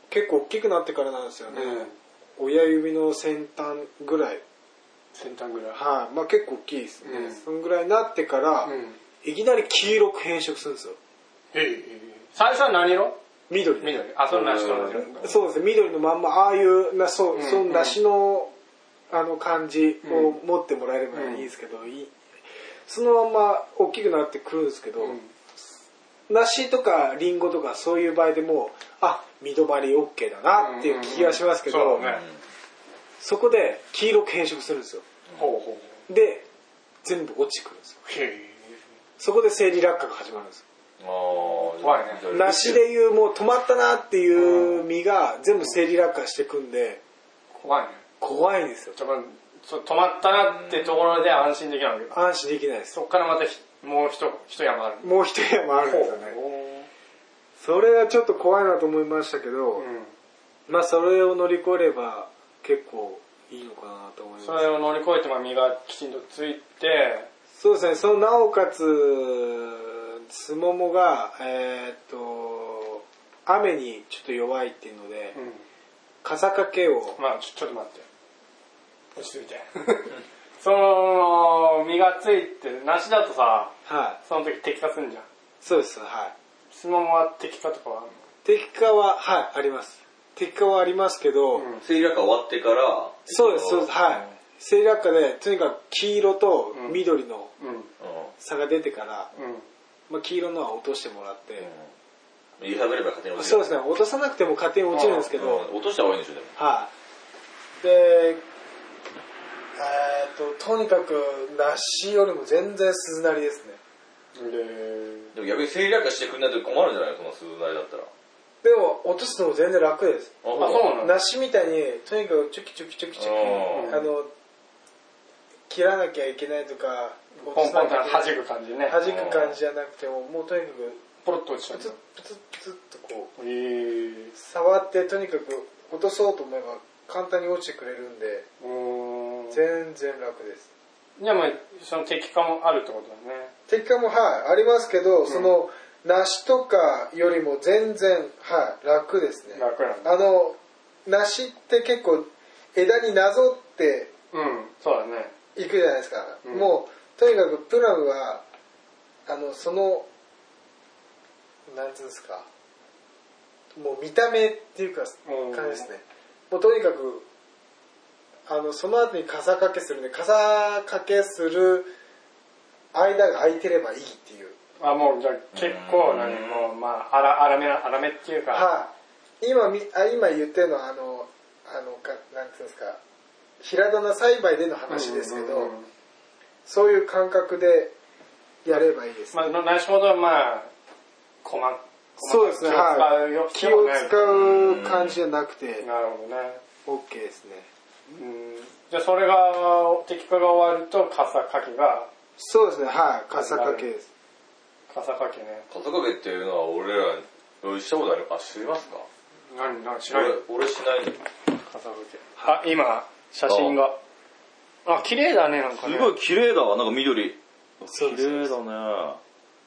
Speaker 1: 結構大きくなってからなんですよね、
Speaker 2: うん
Speaker 1: 親指の先端ぐらい
Speaker 2: 先端ぐらい。
Speaker 1: はい、まあ結構大きいですね、
Speaker 2: うん
Speaker 1: そんぐらいになってから、
Speaker 2: うん。
Speaker 1: いきなり黄色く変色するんですよ
Speaker 2: えいえいえ最初は何色
Speaker 1: 緑
Speaker 2: 緑。あ、そんな人の色。
Speaker 1: そうですね緑のまんまああいうなそう、
Speaker 2: うん
Speaker 1: その
Speaker 2: うん
Speaker 1: 梨のあの感じを持ってもらえればいいですけど、いいそのまんま大きくなってくるんですけど、
Speaker 2: うん。
Speaker 1: 梨とかリンゴとかそういう場合でもあ見止まり OK だなっていう気がしますけど、
Speaker 2: うんうんうんそうだね
Speaker 1: そこで黄色く変色するんですよ
Speaker 2: ほうほうほう。
Speaker 1: で全部落ちてくるんですよ
Speaker 2: へえ。
Speaker 1: そこで生理落下が始まるんです
Speaker 3: あー
Speaker 2: 怖いね
Speaker 3: じゃあ
Speaker 1: 梨でいうもう止まったなっていう実が全部生理落下してくんで
Speaker 2: 怖いね。
Speaker 1: 怖いんですよ
Speaker 2: ちょっと止まったなってところで安心できないわけだ。
Speaker 1: 安心できないです
Speaker 2: そこからまたひもう一一山ある。
Speaker 1: もう一山あるんですよねそれはちょっと怖いなと思いましたけど、
Speaker 2: うん
Speaker 1: まあそれを乗り越えれば結構いいのかなと思い
Speaker 2: そ
Speaker 1: ます
Speaker 2: れを乗り越えて、まあ、身がきちんとついて、
Speaker 1: そうですねそのなおかつすももがえーっと雨にちょっと弱いっていうので、傘掛けを
Speaker 2: まあちょちょっと待って落ち着いて (laughs) その身がついて梨だとさ
Speaker 1: はい
Speaker 2: その時摘果するんじゃん
Speaker 1: そうですはい
Speaker 2: 質問は摘果とかは
Speaker 1: 敵化ははいあります敵化はありますけど、
Speaker 2: うん
Speaker 3: 生理学が終わってから
Speaker 1: そうですそうですはい生理学科でとにかく黄色と緑の
Speaker 2: うん
Speaker 3: う
Speaker 1: 差が出てから、
Speaker 2: うん
Speaker 1: まあ、黄色のは落としてもらって、
Speaker 3: んリハブれば勝手に落ち
Speaker 1: そう
Speaker 3: る
Speaker 1: ですね落とさなくても勝手に落ちるんですけど、
Speaker 3: うん落とした方がいいんでしょでも
Speaker 1: はい、でえーっととにかく梨よりも全然鈴なりですね
Speaker 2: で
Speaker 3: でも逆に生理学がしてくんないと困るんじゃないのその鈴なりだったらあ
Speaker 1: でも落とすのも全然楽です
Speaker 3: そう
Speaker 2: あそうなの
Speaker 1: 梨みたいにとにかくチョキチョキチョキチョ
Speaker 3: う
Speaker 1: キ
Speaker 3: ん
Speaker 1: あの切らなきゃいけないとか落
Speaker 2: ポ
Speaker 1: と
Speaker 2: ン
Speaker 1: さ
Speaker 2: ポン
Speaker 1: な
Speaker 2: っ
Speaker 1: き
Speaker 2: て
Speaker 1: ゃいけない
Speaker 2: 弾く感じね
Speaker 1: 弾く感じじゃなくてももうとにかく
Speaker 2: ポロッと落ちちゃ
Speaker 1: プ
Speaker 2: う
Speaker 1: ツップツップツッとこう
Speaker 2: えー
Speaker 1: 触ってとにかく落とそうと思えば簡単に落ちてくれるんで
Speaker 2: うーんじ
Speaker 1: 全然楽です
Speaker 2: ゃあまあその摘果もあるってことだね
Speaker 1: 鉄火もはいありますけど、その梨とかよりも全然はい楽ですね
Speaker 2: 楽なんだ
Speaker 1: あの梨って結構枝になぞって
Speaker 2: うんそうだね
Speaker 1: いくじゃないですか、
Speaker 2: うん
Speaker 1: もうとにかくプラムはあのそのなんつうんですかもう見た目っていうか
Speaker 2: うん
Speaker 1: 感じですねもうとにかくあのその後に傘掛けするんで傘掛けする間が空いてればいいっていう
Speaker 2: あもうじゃあ結構何
Speaker 3: うん
Speaker 2: もうまあ荒荒めな荒めっていうか
Speaker 1: はい、今みあ今言ってるのはあのあのかなんていうんですか平棚栽培での話ですけど、
Speaker 2: うんうんうん
Speaker 1: そういう感覚でやればいいです、
Speaker 2: まあ、内仕事はまあ、細細か
Speaker 1: そうですね
Speaker 2: 気を使うよ、
Speaker 1: 気を
Speaker 2: ない
Speaker 1: 使う感じじゃなくて
Speaker 2: なるほどね。
Speaker 1: OK ですね
Speaker 2: うん。じゃあ、それが、適化が終わると、傘掛けが、
Speaker 1: そうですねはい傘掛けです
Speaker 2: 傘掛けね。
Speaker 3: 肩掛けっていうのは俺らにしたことあるあ知りますか
Speaker 2: 何、何、知らない。
Speaker 3: 俺俺しないの
Speaker 2: 傘掛け。あ、今、写真が。あ、綺麗だね、なんかね。
Speaker 3: い綺麗だわなんか緑
Speaker 1: そうです
Speaker 3: だね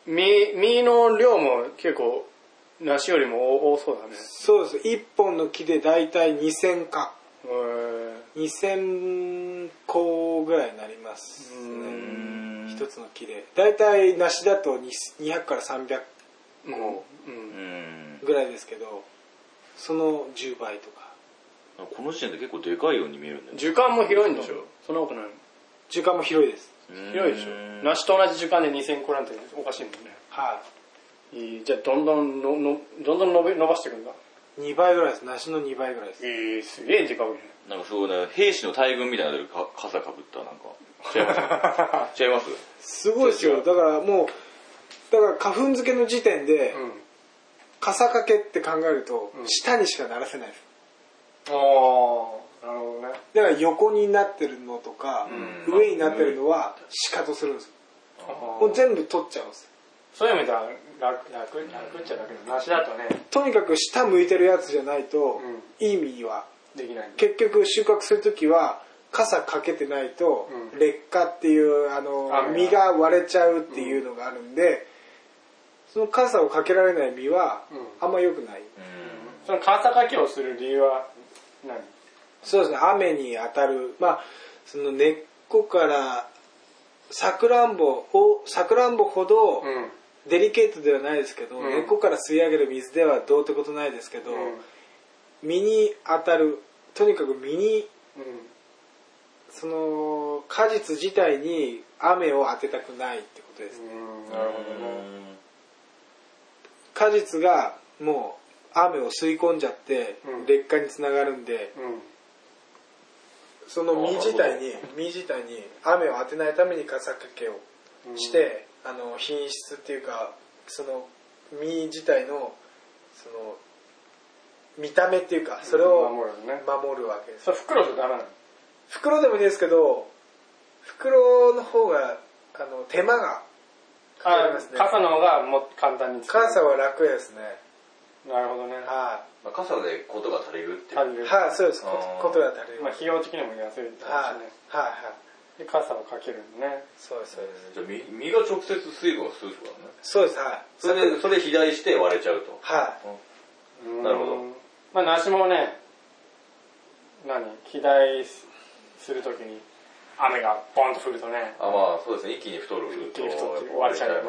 Speaker 2: み、実の量も結構、梨よりも多多そうだね。
Speaker 1: そうです1本の木で大体2000か
Speaker 2: へー
Speaker 1: 2000個ぐらいになります
Speaker 2: う
Speaker 1: ね
Speaker 3: ん
Speaker 1: 一つの木で大体梨だと200から300
Speaker 2: もう、う。
Speaker 3: うんん
Speaker 1: ぐらいですけどその10倍とか
Speaker 3: この時点で結構でかいように見えるんだよ
Speaker 2: 樹間も広いんでしょそんなことないの
Speaker 1: 時間も広いです
Speaker 2: 広いでしょ梨と同じ時間で2000個なんておかしいもんね
Speaker 1: はい
Speaker 2: いじゃあどんどんののどんどん伸び伸ばしていくんだ
Speaker 1: い2倍ぐらいです梨の2倍ぐらいです
Speaker 2: ええすげえ時間かけ
Speaker 3: なんかすごいね、兵士の大群みたいなのでか傘かぶった、なんか。違います違います
Speaker 2: (laughs)
Speaker 1: すごいですよだからもうだから花粉漬けの時点で、
Speaker 2: うん
Speaker 1: 傘掛けって考えると
Speaker 2: うん
Speaker 1: 下にしか鳴らせないです
Speaker 2: ああ、なるほどね。
Speaker 1: だから横になってるのとか、
Speaker 3: うん
Speaker 1: 上になってるのはシカとするんですよもう全部取っちゃうんですよ
Speaker 2: そういう意味では楽、楽、楽っちゃ楽だ。なしだとね、
Speaker 1: とにかく下向いてるやつじゃないと、
Speaker 2: う
Speaker 1: いい実は
Speaker 2: できないんで。
Speaker 1: 結局収穫する時は傘かけてないと
Speaker 2: うん
Speaker 1: 劣化っていうあの
Speaker 2: あ
Speaker 1: 実が割れちゃうっていうのがあるんでその傘をかけられない実は
Speaker 2: う
Speaker 1: あんま良くない
Speaker 2: その傘掛けをする理由は何
Speaker 1: そうですね雨に当たるまあその根っこからさくらんぼをさくらんぼほど
Speaker 2: うん。
Speaker 1: デリケートではないですけど、
Speaker 2: うん
Speaker 1: 根っこから吸い上げる水ではどうってことないですけど、実に当たるとにかく実にその果実自体に雨を当てたくないってことです、
Speaker 2: うん。
Speaker 3: な
Speaker 2: なる
Speaker 3: る
Speaker 2: ほ
Speaker 3: ほど
Speaker 2: どね。
Speaker 3: ね
Speaker 1: 果実がもう雨を吸い込んじゃって
Speaker 2: うん
Speaker 1: 劣化につながるんで、
Speaker 2: うん。
Speaker 1: その実自体に
Speaker 3: なる
Speaker 1: 実自体に雨を当てないために傘掛けをして、あの品質っていうかその実自体のその見た目っていうかそれを
Speaker 2: 守るね。
Speaker 1: 守るわけです
Speaker 2: それ袋じゃダメなの
Speaker 1: 袋でもいいですけど袋の方があの手間がかかりますね
Speaker 2: 傘の方がもっと簡単に作れる
Speaker 1: 傘は楽ですね
Speaker 2: なるほどね。
Speaker 1: は
Speaker 3: まあ傘でことが足りるっていう
Speaker 2: 足りる
Speaker 1: い、はい、そうですこ
Speaker 3: あー
Speaker 1: ことが足りる
Speaker 2: まあ
Speaker 1: はい
Speaker 2: 費用的にも安いですしね。
Speaker 1: はいは
Speaker 2: で、
Speaker 1: い
Speaker 2: 傘をかけるのね。
Speaker 1: そうですそうで
Speaker 3: じゃ
Speaker 1: す
Speaker 3: あ実実が直接水分を吸うってことだね
Speaker 1: そうですはい
Speaker 3: それでそれ肥大して割れちゃうと
Speaker 1: はい
Speaker 2: うん
Speaker 3: なるほど。
Speaker 2: まあ、梨もね、何肥大するときに雨がボンと降るとね、
Speaker 3: あまあそうですね一気に太る
Speaker 2: 一気に太って終われちゃうよね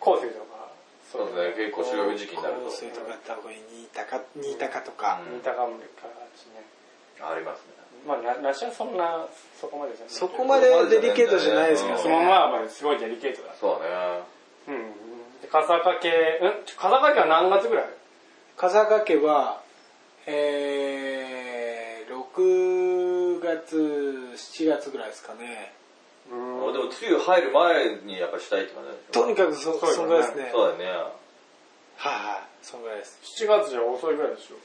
Speaker 3: 割れます。
Speaker 2: コーセルとか、
Speaker 3: そうですね結構収穫時期になる
Speaker 1: 香水とかやった方がいい新高新高とか、
Speaker 3: うん
Speaker 2: 似たかもからしね。
Speaker 3: とありますね
Speaker 2: まあ、な梨はそんな、そこまでじゃない。
Speaker 1: そこまでデリケートじゃないですから
Speaker 2: そ
Speaker 1: ね
Speaker 2: のままはまあすごいデリケートだ。
Speaker 3: そうだね
Speaker 2: うん。で、傘掛け、うん傘掛けは何月ぐらい
Speaker 1: 風掛けはえー、6月7月ぐらいですかね
Speaker 2: う
Speaker 3: あ
Speaker 2: ん
Speaker 3: でも梅雨入る前にやっぱしたいって感じなんでしょ
Speaker 1: とにかく
Speaker 2: そ
Speaker 1: そ
Speaker 2: うですね
Speaker 1: そんぐらいですね
Speaker 3: そうだよね
Speaker 1: はいはいそんぐらいです
Speaker 2: 7月じゃ遅いぐらいでしょ。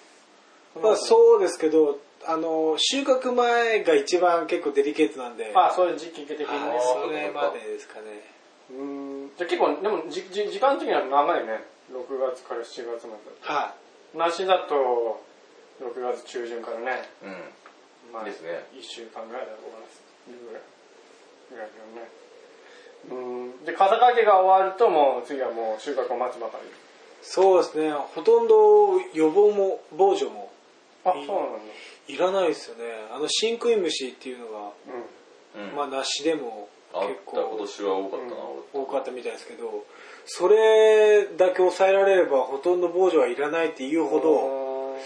Speaker 1: まあ、そうですけどあの収穫前が一番結構デリケートなんで、
Speaker 2: あ、そういう時期的にね。
Speaker 1: はいそれまでですかね
Speaker 2: うんじゃあ結構でもじじ時間的には長いね6月から7月まで
Speaker 1: は
Speaker 2: 梨だと6月中旬からね、
Speaker 3: うん
Speaker 2: まあ、
Speaker 3: ですね
Speaker 2: 1週間ぐらいで終わらせるぐらいぐらいだよねうんで傘掛けが終わるともう次はもう収穫を待つばかり
Speaker 1: いそうですねほとんど予防も防除も
Speaker 2: あそうなんだ
Speaker 1: いらないですよねあの真クイムシっていうのが、
Speaker 2: うん
Speaker 3: うん
Speaker 1: まあ梨でも
Speaker 3: あった
Speaker 1: 結
Speaker 3: 今
Speaker 1: 構
Speaker 3: 年は多かったな、
Speaker 2: う
Speaker 1: 多かったみたいですけどそれだけ抑えられればほとんど防除はいらないっていうほど
Speaker 2: うん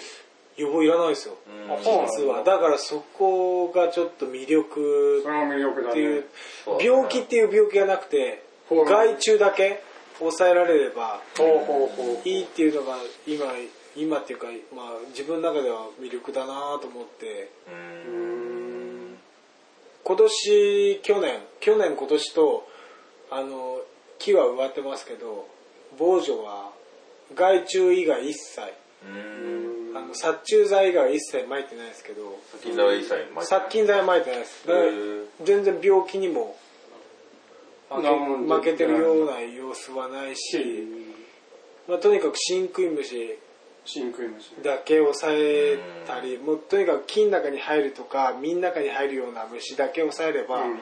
Speaker 1: 予防いらないですよ
Speaker 3: うん
Speaker 2: あそうなんだ
Speaker 1: 実はだからそこがちょっと魅力
Speaker 2: それも魅力
Speaker 1: っ
Speaker 2: だ
Speaker 1: ていう
Speaker 2: ね
Speaker 3: そうだね
Speaker 1: 病気っていう病気がなくて
Speaker 2: ほう
Speaker 1: 害虫だけ抑えられれば
Speaker 2: ほうほうほう
Speaker 1: いいっていうのが今今っていうか、まあ、自分の中では魅力だなと思って
Speaker 3: うん
Speaker 1: 今年去年去年今年とあの木は植わってますけど防除は害虫以外一切
Speaker 3: うん
Speaker 1: あの殺虫剤以外は一切撒いてないですけど
Speaker 3: 殺菌剤は一切巻いてない
Speaker 1: 殺菌剤は撒いてないですだから
Speaker 3: へえ
Speaker 1: 全然病気にも負け
Speaker 2: なもんで
Speaker 1: 負けてるような様子はないし、まあ、とにかく真空虫
Speaker 2: 真空虫
Speaker 1: だけ抑えたりもうとにかく木の中に入るとか実の中に入るような虫だけ抑えれば、
Speaker 2: うんうん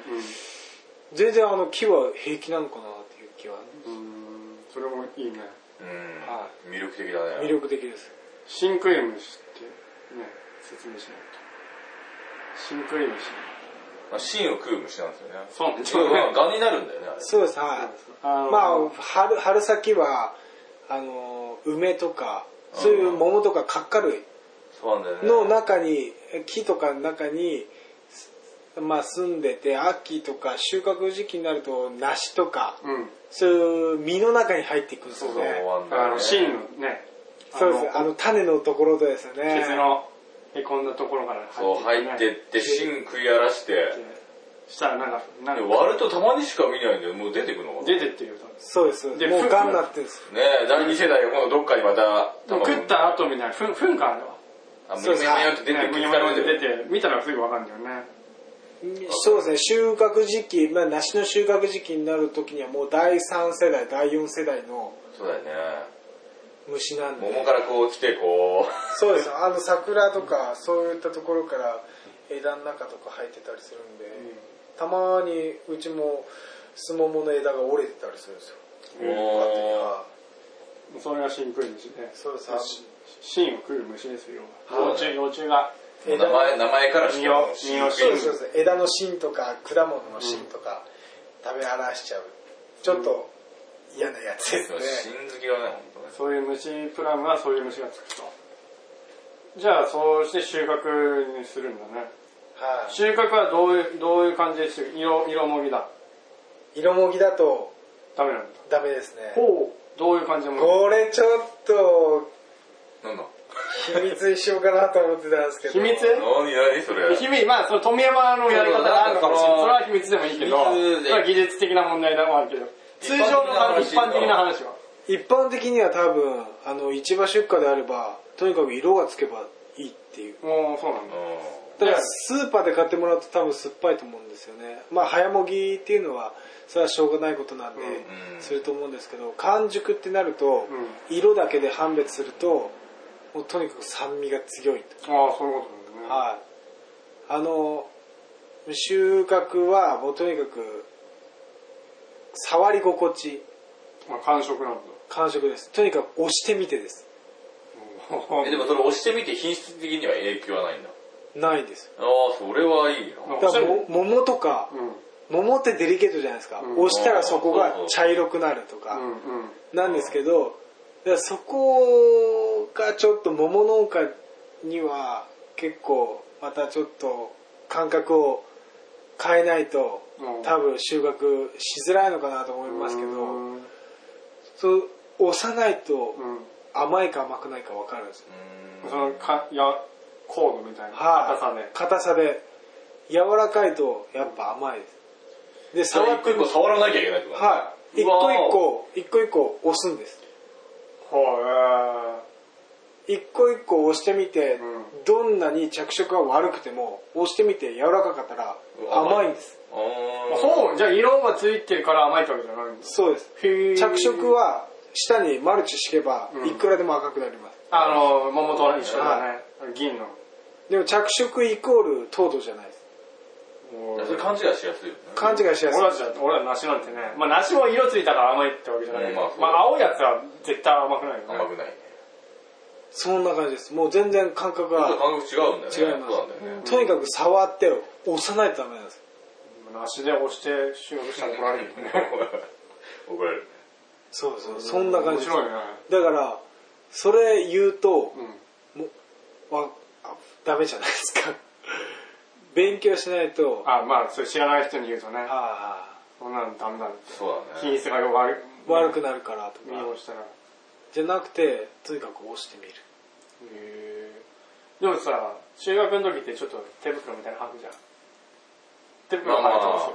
Speaker 1: 全然あの木は平気なのかなっていう気は
Speaker 2: うんそれもいいね
Speaker 3: うん
Speaker 1: は
Speaker 3: 魅力的だね
Speaker 1: 魅力的です
Speaker 2: シンクイムシってね、説明しないと。シンクイムシ。
Speaker 3: まあ芯を食う虫なんですよね
Speaker 2: そうね
Speaker 3: 要は蛾になるんだよねあれ
Speaker 1: そうですはい
Speaker 2: あの
Speaker 1: まあ春春先はあの梅とかそういう桃とか角化類
Speaker 3: そうなんだよね
Speaker 1: の中に木とかの中にまあ住んでて秋とか収穫時期になると梨とか
Speaker 2: (laughs) うん。
Speaker 1: そういう実の中に入っていくんです
Speaker 3: そう
Speaker 1: よ
Speaker 3: そう
Speaker 1: ね
Speaker 3: なんだ
Speaker 2: あ
Speaker 3: よ
Speaker 2: の、
Speaker 3: ね
Speaker 2: 芯のね、
Speaker 1: そうですあの種のところですよ
Speaker 2: あの
Speaker 1: ね
Speaker 2: 傷のへこんだところから
Speaker 3: そう入ってって芯食い荒らして
Speaker 2: したらなんか、なん
Speaker 3: で
Speaker 2: か
Speaker 3: 割るとたまにしか見ないんだよ。もう出てくのかなね
Speaker 2: 出てっていうと。
Speaker 1: そうです
Speaker 2: で
Speaker 1: もうガンになってるんです
Speaker 3: え、第二世代が今度どっかにまた、
Speaker 2: でも食った後みたいな、ふん、ふんかあれは。
Speaker 3: あ、む
Speaker 1: そうです
Speaker 3: にゃむにゃって出て、
Speaker 2: ね
Speaker 3: く
Speaker 2: む
Speaker 3: る
Speaker 2: にゃむにゃって出て、見たらすぐわかんないよね。
Speaker 1: よそうですね収穫時期、まあ、梨の収穫時期になる時にはもう第3世代第4世代の
Speaker 3: そうだよね。
Speaker 1: 虫なんで
Speaker 3: 桃からこう来て、こう、
Speaker 1: そうですあの桜とかそういったところから枝の中とか生えてたりするんで、たまにうちもスモモの枝が折れてたりするんですよ
Speaker 3: おー
Speaker 1: 勝手には
Speaker 2: それが真空虫で、
Speaker 1: そうです
Speaker 2: 芯を食う虫ですよ。
Speaker 3: はい
Speaker 2: 幼虫、幼虫が。
Speaker 1: 枝
Speaker 3: 名前、名前からしても、
Speaker 2: 身を身を
Speaker 1: そうですそうです枝の芯とか果物の芯とか食べ荒らしちゃうちょっと嫌なやつですね
Speaker 3: 新好きがね、本
Speaker 2: そういう虫、プラムはそういう虫がつくと。じゃあ、そうして収穫にするんだね。
Speaker 1: は
Speaker 2: 収穫はどういう、どういう感じでしてる色、色もぎだ。
Speaker 1: い色もぎだと
Speaker 2: ダメなんだ。
Speaker 1: ダメですね
Speaker 2: ほう。どういう感じのもの
Speaker 1: これちょっと
Speaker 3: 当に。なんだ
Speaker 1: 秘密にしようかなと思ってたんですけど
Speaker 2: 秘密
Speaker 3: 何何それ。
Speaker 2: 秘密、まあ、その富山のやり方があるのかもしれない。そ
Speaker 3: そう
Speaker 2: れ
Speaker 3: だ
Speaker 2: は秘密でもいいけど、
Speaker 3: 秘密で
Speaker 2: それは技術的な問題でもあるけど、通常のあの一
Speaker 3: 一
Speaker 2: 般
Speaker 3: 般
Speaker 2: 的
Speaker 3: 的
Speaker 2: な
Speaker 3: な
Speaker 2: 話は。
Speaker 1: 一般的には多分あの市場出荷であればとにかく色がつけばいいっていう
Speaker 2: もうそうなん
Speaker 3: う
Speaker 2: だ。
Speaker 3: ん
Speaker 1: だからスーパーで買ってもらうと多分酸っぱいと思うんですよねまあ早もぎっていうのはそれはしょうがないことなんで、
Speaker 3: うん
Speaker 1: すると思うんですけど完熟ってなると、
Speaker 2: う
Speaker 1: 色だけで判別するともうとにかく酸味が強いと、
Speaker 2: ああ、そういうことなんだね。
Speaker 1: はいあの収穫はもうとにかく触り心地
Speaker 2: まあ、感触なんだ。
Speaker 1: 感触ですとにかく押してみてです
Speaker 3: え、でもそれ押してみて品質的には影響はないんだ。
Speaker 1: ないんです
Speaker 3: ああ、それはいいな。
Speaker 1: だからも桃とか
Speaker 2: うん。
Speaker 1: 桃ってデリケートじゃないですか、
Speaker 2: うん
Speaker 1: 押したらそこが茶色くなるとか、
Speaker 2: うんうん。
Speaker 1: なんですけど、だからそこがちょっと桃農家には結構またちょっと感覚を変えないと
Speaker 2: うん
Speaker 1: 多分収穫しづらいのかなと思いますけ
Speaker 2: う
Speaker 1: ど、
Speaker 2: ん。
Speaker 1: そう押さないと甘いか甘くないか分かるんですよ。
Speaker 2: そのか、や、コードみたいな
Speaker 1: はい
Speaker 2: 硬さで。
Speaker 1: 硬さで。柔らかいとやっぱ甘いです。で、
Speaker 3: 触
Speaker 1: 触
Speaker 3: っ
Speaker 1: って
Speaker 3: て
Speaker 1: る
Speaker 3: も触らなきゃいけないってこと
Speaker 1: はい。一
Speaker 3: うわ
Speaker 1: 個
Speaker 3: ー
Speaker 1: 一個、一個一個押すんです。
Speaker 2: ほう、
Speaker 1: 一個一個押してみて、
Speaker 2: う
Speaker 1: どんなに着色が悪くても押してみて柔らかかったら
Speaker 3: うわ
Speaker 1: 甘いんです
Speaker 3: あ
Speaker 2: え
Speaker 3: ー
Speaker 2: ー。ほう、じゃあ色がついてるから甘いってわけじゃないんです。
Speaker 1: そうです
Speaker 2: へー
Speaker 1: 着色は下にマルチ敷けば
Speaker 2: うん
Speaker 1: いくらでも赤くなります、
Speaker 2: あの、桃と一緒だね。銀の。
Speaker 1: でも着色イコール糖度じゃないです
Speaker 2: ほう
Speaker 3: それ勘違いしやすいよね。
Speaker 1: 勘違いしやすい
Speaker 2: 俺らじゃ、俺ら梨なんてね。まあ梨も色ついたから甘いってわけじゃないけど
Speaker 3: うんまあそう
Speaker 2: まあ青いやつは絶対甘くないよね。
Speaker 3: 甘くないね。
Speaker 1: そんな感じですもう全然感覚
Speaker 3: ちょっと
Speaker 1: が
Speaker 3: 感覚違うんだよね。
Speaker 1: 違います
Speaker 3: そうなんだよね。
Speaker 1: とにかく触って押さないとダメなんです
Speaker 2: 梨で押して収穫したら怒られるよね。
Speaker 3: 怒られる。
Speaker 1: そうそう (laughs) そんな感じです
Speaker 2: 面白いね。
Speaker 1: だからそれ言うと、
Speaker 2: うん。
Speaker 1: もうわあダメじゃないですか (laughs) 勉強しないと
Speaker 2: あ、まあ、それ知らない人に言うとね。
Speaker 1: あ
Speaker 2: そんなのダメだって。
Speaker 3: そうだね。
Speaker 2: 品質がよ悪い。
Speaker 1: あ悪くなるからとか
Speaker 2: 見ようしたら。
Speaker 1: じゃなくてとにかく押してみる
Speaker 2: へーでもさ、中学の時ってちょっと手袋みたいなの履くじゃん。手袋履いてますよ。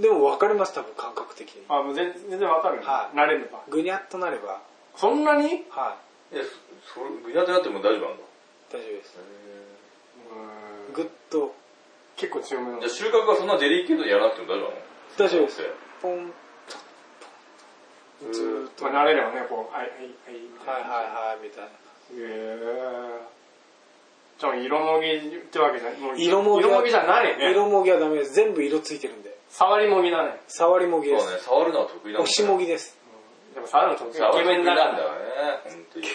Speaker 1: でも分かります多分感覚的に
Speaker 2: あ、もう全全然わかるね。
Speaker 1: はい
Speaker 2: 慣れれば。
Speaker 1: ぐにゃっとなれば
Speaker 2: そんなに
Speaker 1: は
Speaker 3: え、そそれ、ぐにゃってなっても大丈夫なんだ。
Speaker 1: い大丈夫です
Speaker 2: うーん
Speaker 1: ぐっと
Speaker 2: 結構強めの
Speaker 3: じゃあ。収穫はそんなデリケートにやらなくても大丈夫なの
Speaker 1: 大丈夫です
Speaker 3: そう
Speaker 1: ポンずーっと
Speaker 2: まあ、慣れればね、こう、はい、はい、はい、みたいな。
Speaker 1: はいはいはいみたいな
Speaker 2: へえ。じゃあ、色もぎってわけじゃない。もう
Speaker 1: 色もぎは
Speaker 2: 色もぎじゃないね。
Speaker 1: 色もぎはダメです全部色ついてるんで
Speaker 2: 触りもぎだね。
Speaker 1: 触りもぎで
Speaker 3: ね
Speaker 1: す、
Speaker 3: 触るのは得意なんだ。
Speaker 1: 押しもぎです
Speaker 2: でも触るの得意。
Speaker 3: 触
Speaker 2: イ
Speaker 3: る
Speaker 2: ケ
Speaker 3: の
Speaker 2: メ
Speaker 3: 得意
Speaker 2: ンだか
Speaker 3: なん
Speaker 2: ら
Speaker 3: だ。よね。本当に。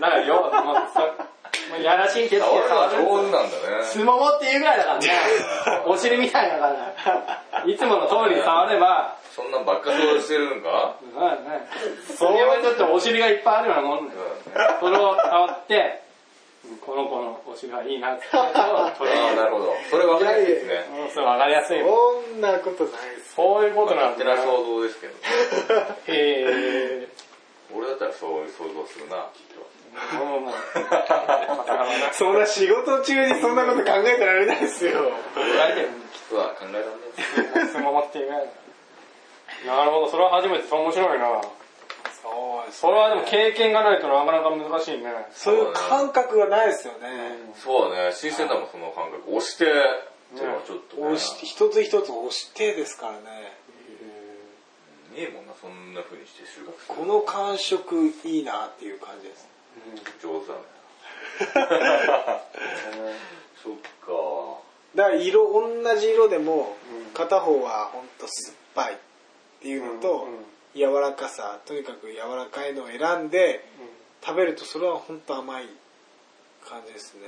Speaker 2: だからよ、まあ、さまあ、やらしいけど、
Speaker 3: 触るのは
Speaker 2: 触
Speaker 3: 上
Speaker 2: る
Speaker 3: 手なんだね。
Speaker 2: すももっていうぐらいだから (laughs) ね。お尻みたいだから。いつもの通りに触れば、
Speaker 3: そんなんばっかそうしてるんか
Speaker 2: そうだね。そういうちょっとお尻がいっぱいあるようなもんだよ。それを触って、この子のお尻がいいなってことを取り
Speaker 3: ああ、なるほど。それ分かりやすいです
Speaker 1: いや
Speaker 3: ね。
Speaker 2: 入れる。そう、わかりやすい。
Speaker 1: そんなことないです
Speaker 2: そういうことなん
Speaker 3: 勝手な
Speaker 2: だ。
Speaker 3: 想像ですけど。
Speaker 2: へえ。
Speaker 3: 俺だったらそういう想像するな、きっと。
Speaker 2: もうもう。笑
Speaker 1: (laughs) そんな仕事中にそんなこと考えてられないですよ。
Speaker 2: われてる
Speaker 3: 実は考えられないです。
Speaker 2: スモモっていうぐらいなるほど、それは初めて、そう面白いな。
Speaker 1: そうです
Speaker 2: それはでも経験がないとなかなか難しいね。
Speaker 1: そういう感覚がないですよね。
Speaker 3: そうだね、新鮮だもんその感覚。押して、っていうのはちょっと、ね。
Speaker 1: 押し一つ一つ押してですからね。
Speaker 3: ねえもんな、そんな風にして収穫す
Speaker 1: この感触いいなっていう感じです。
Speaker 3: る。上手だね。そっか。
Speaker 1: だから色、同じ色でも、片方はほんと酸っぱいっていうのと、柔らかさ、とにかく柔らかいのを選んで、食べるとそれはほんと甘い感じですね。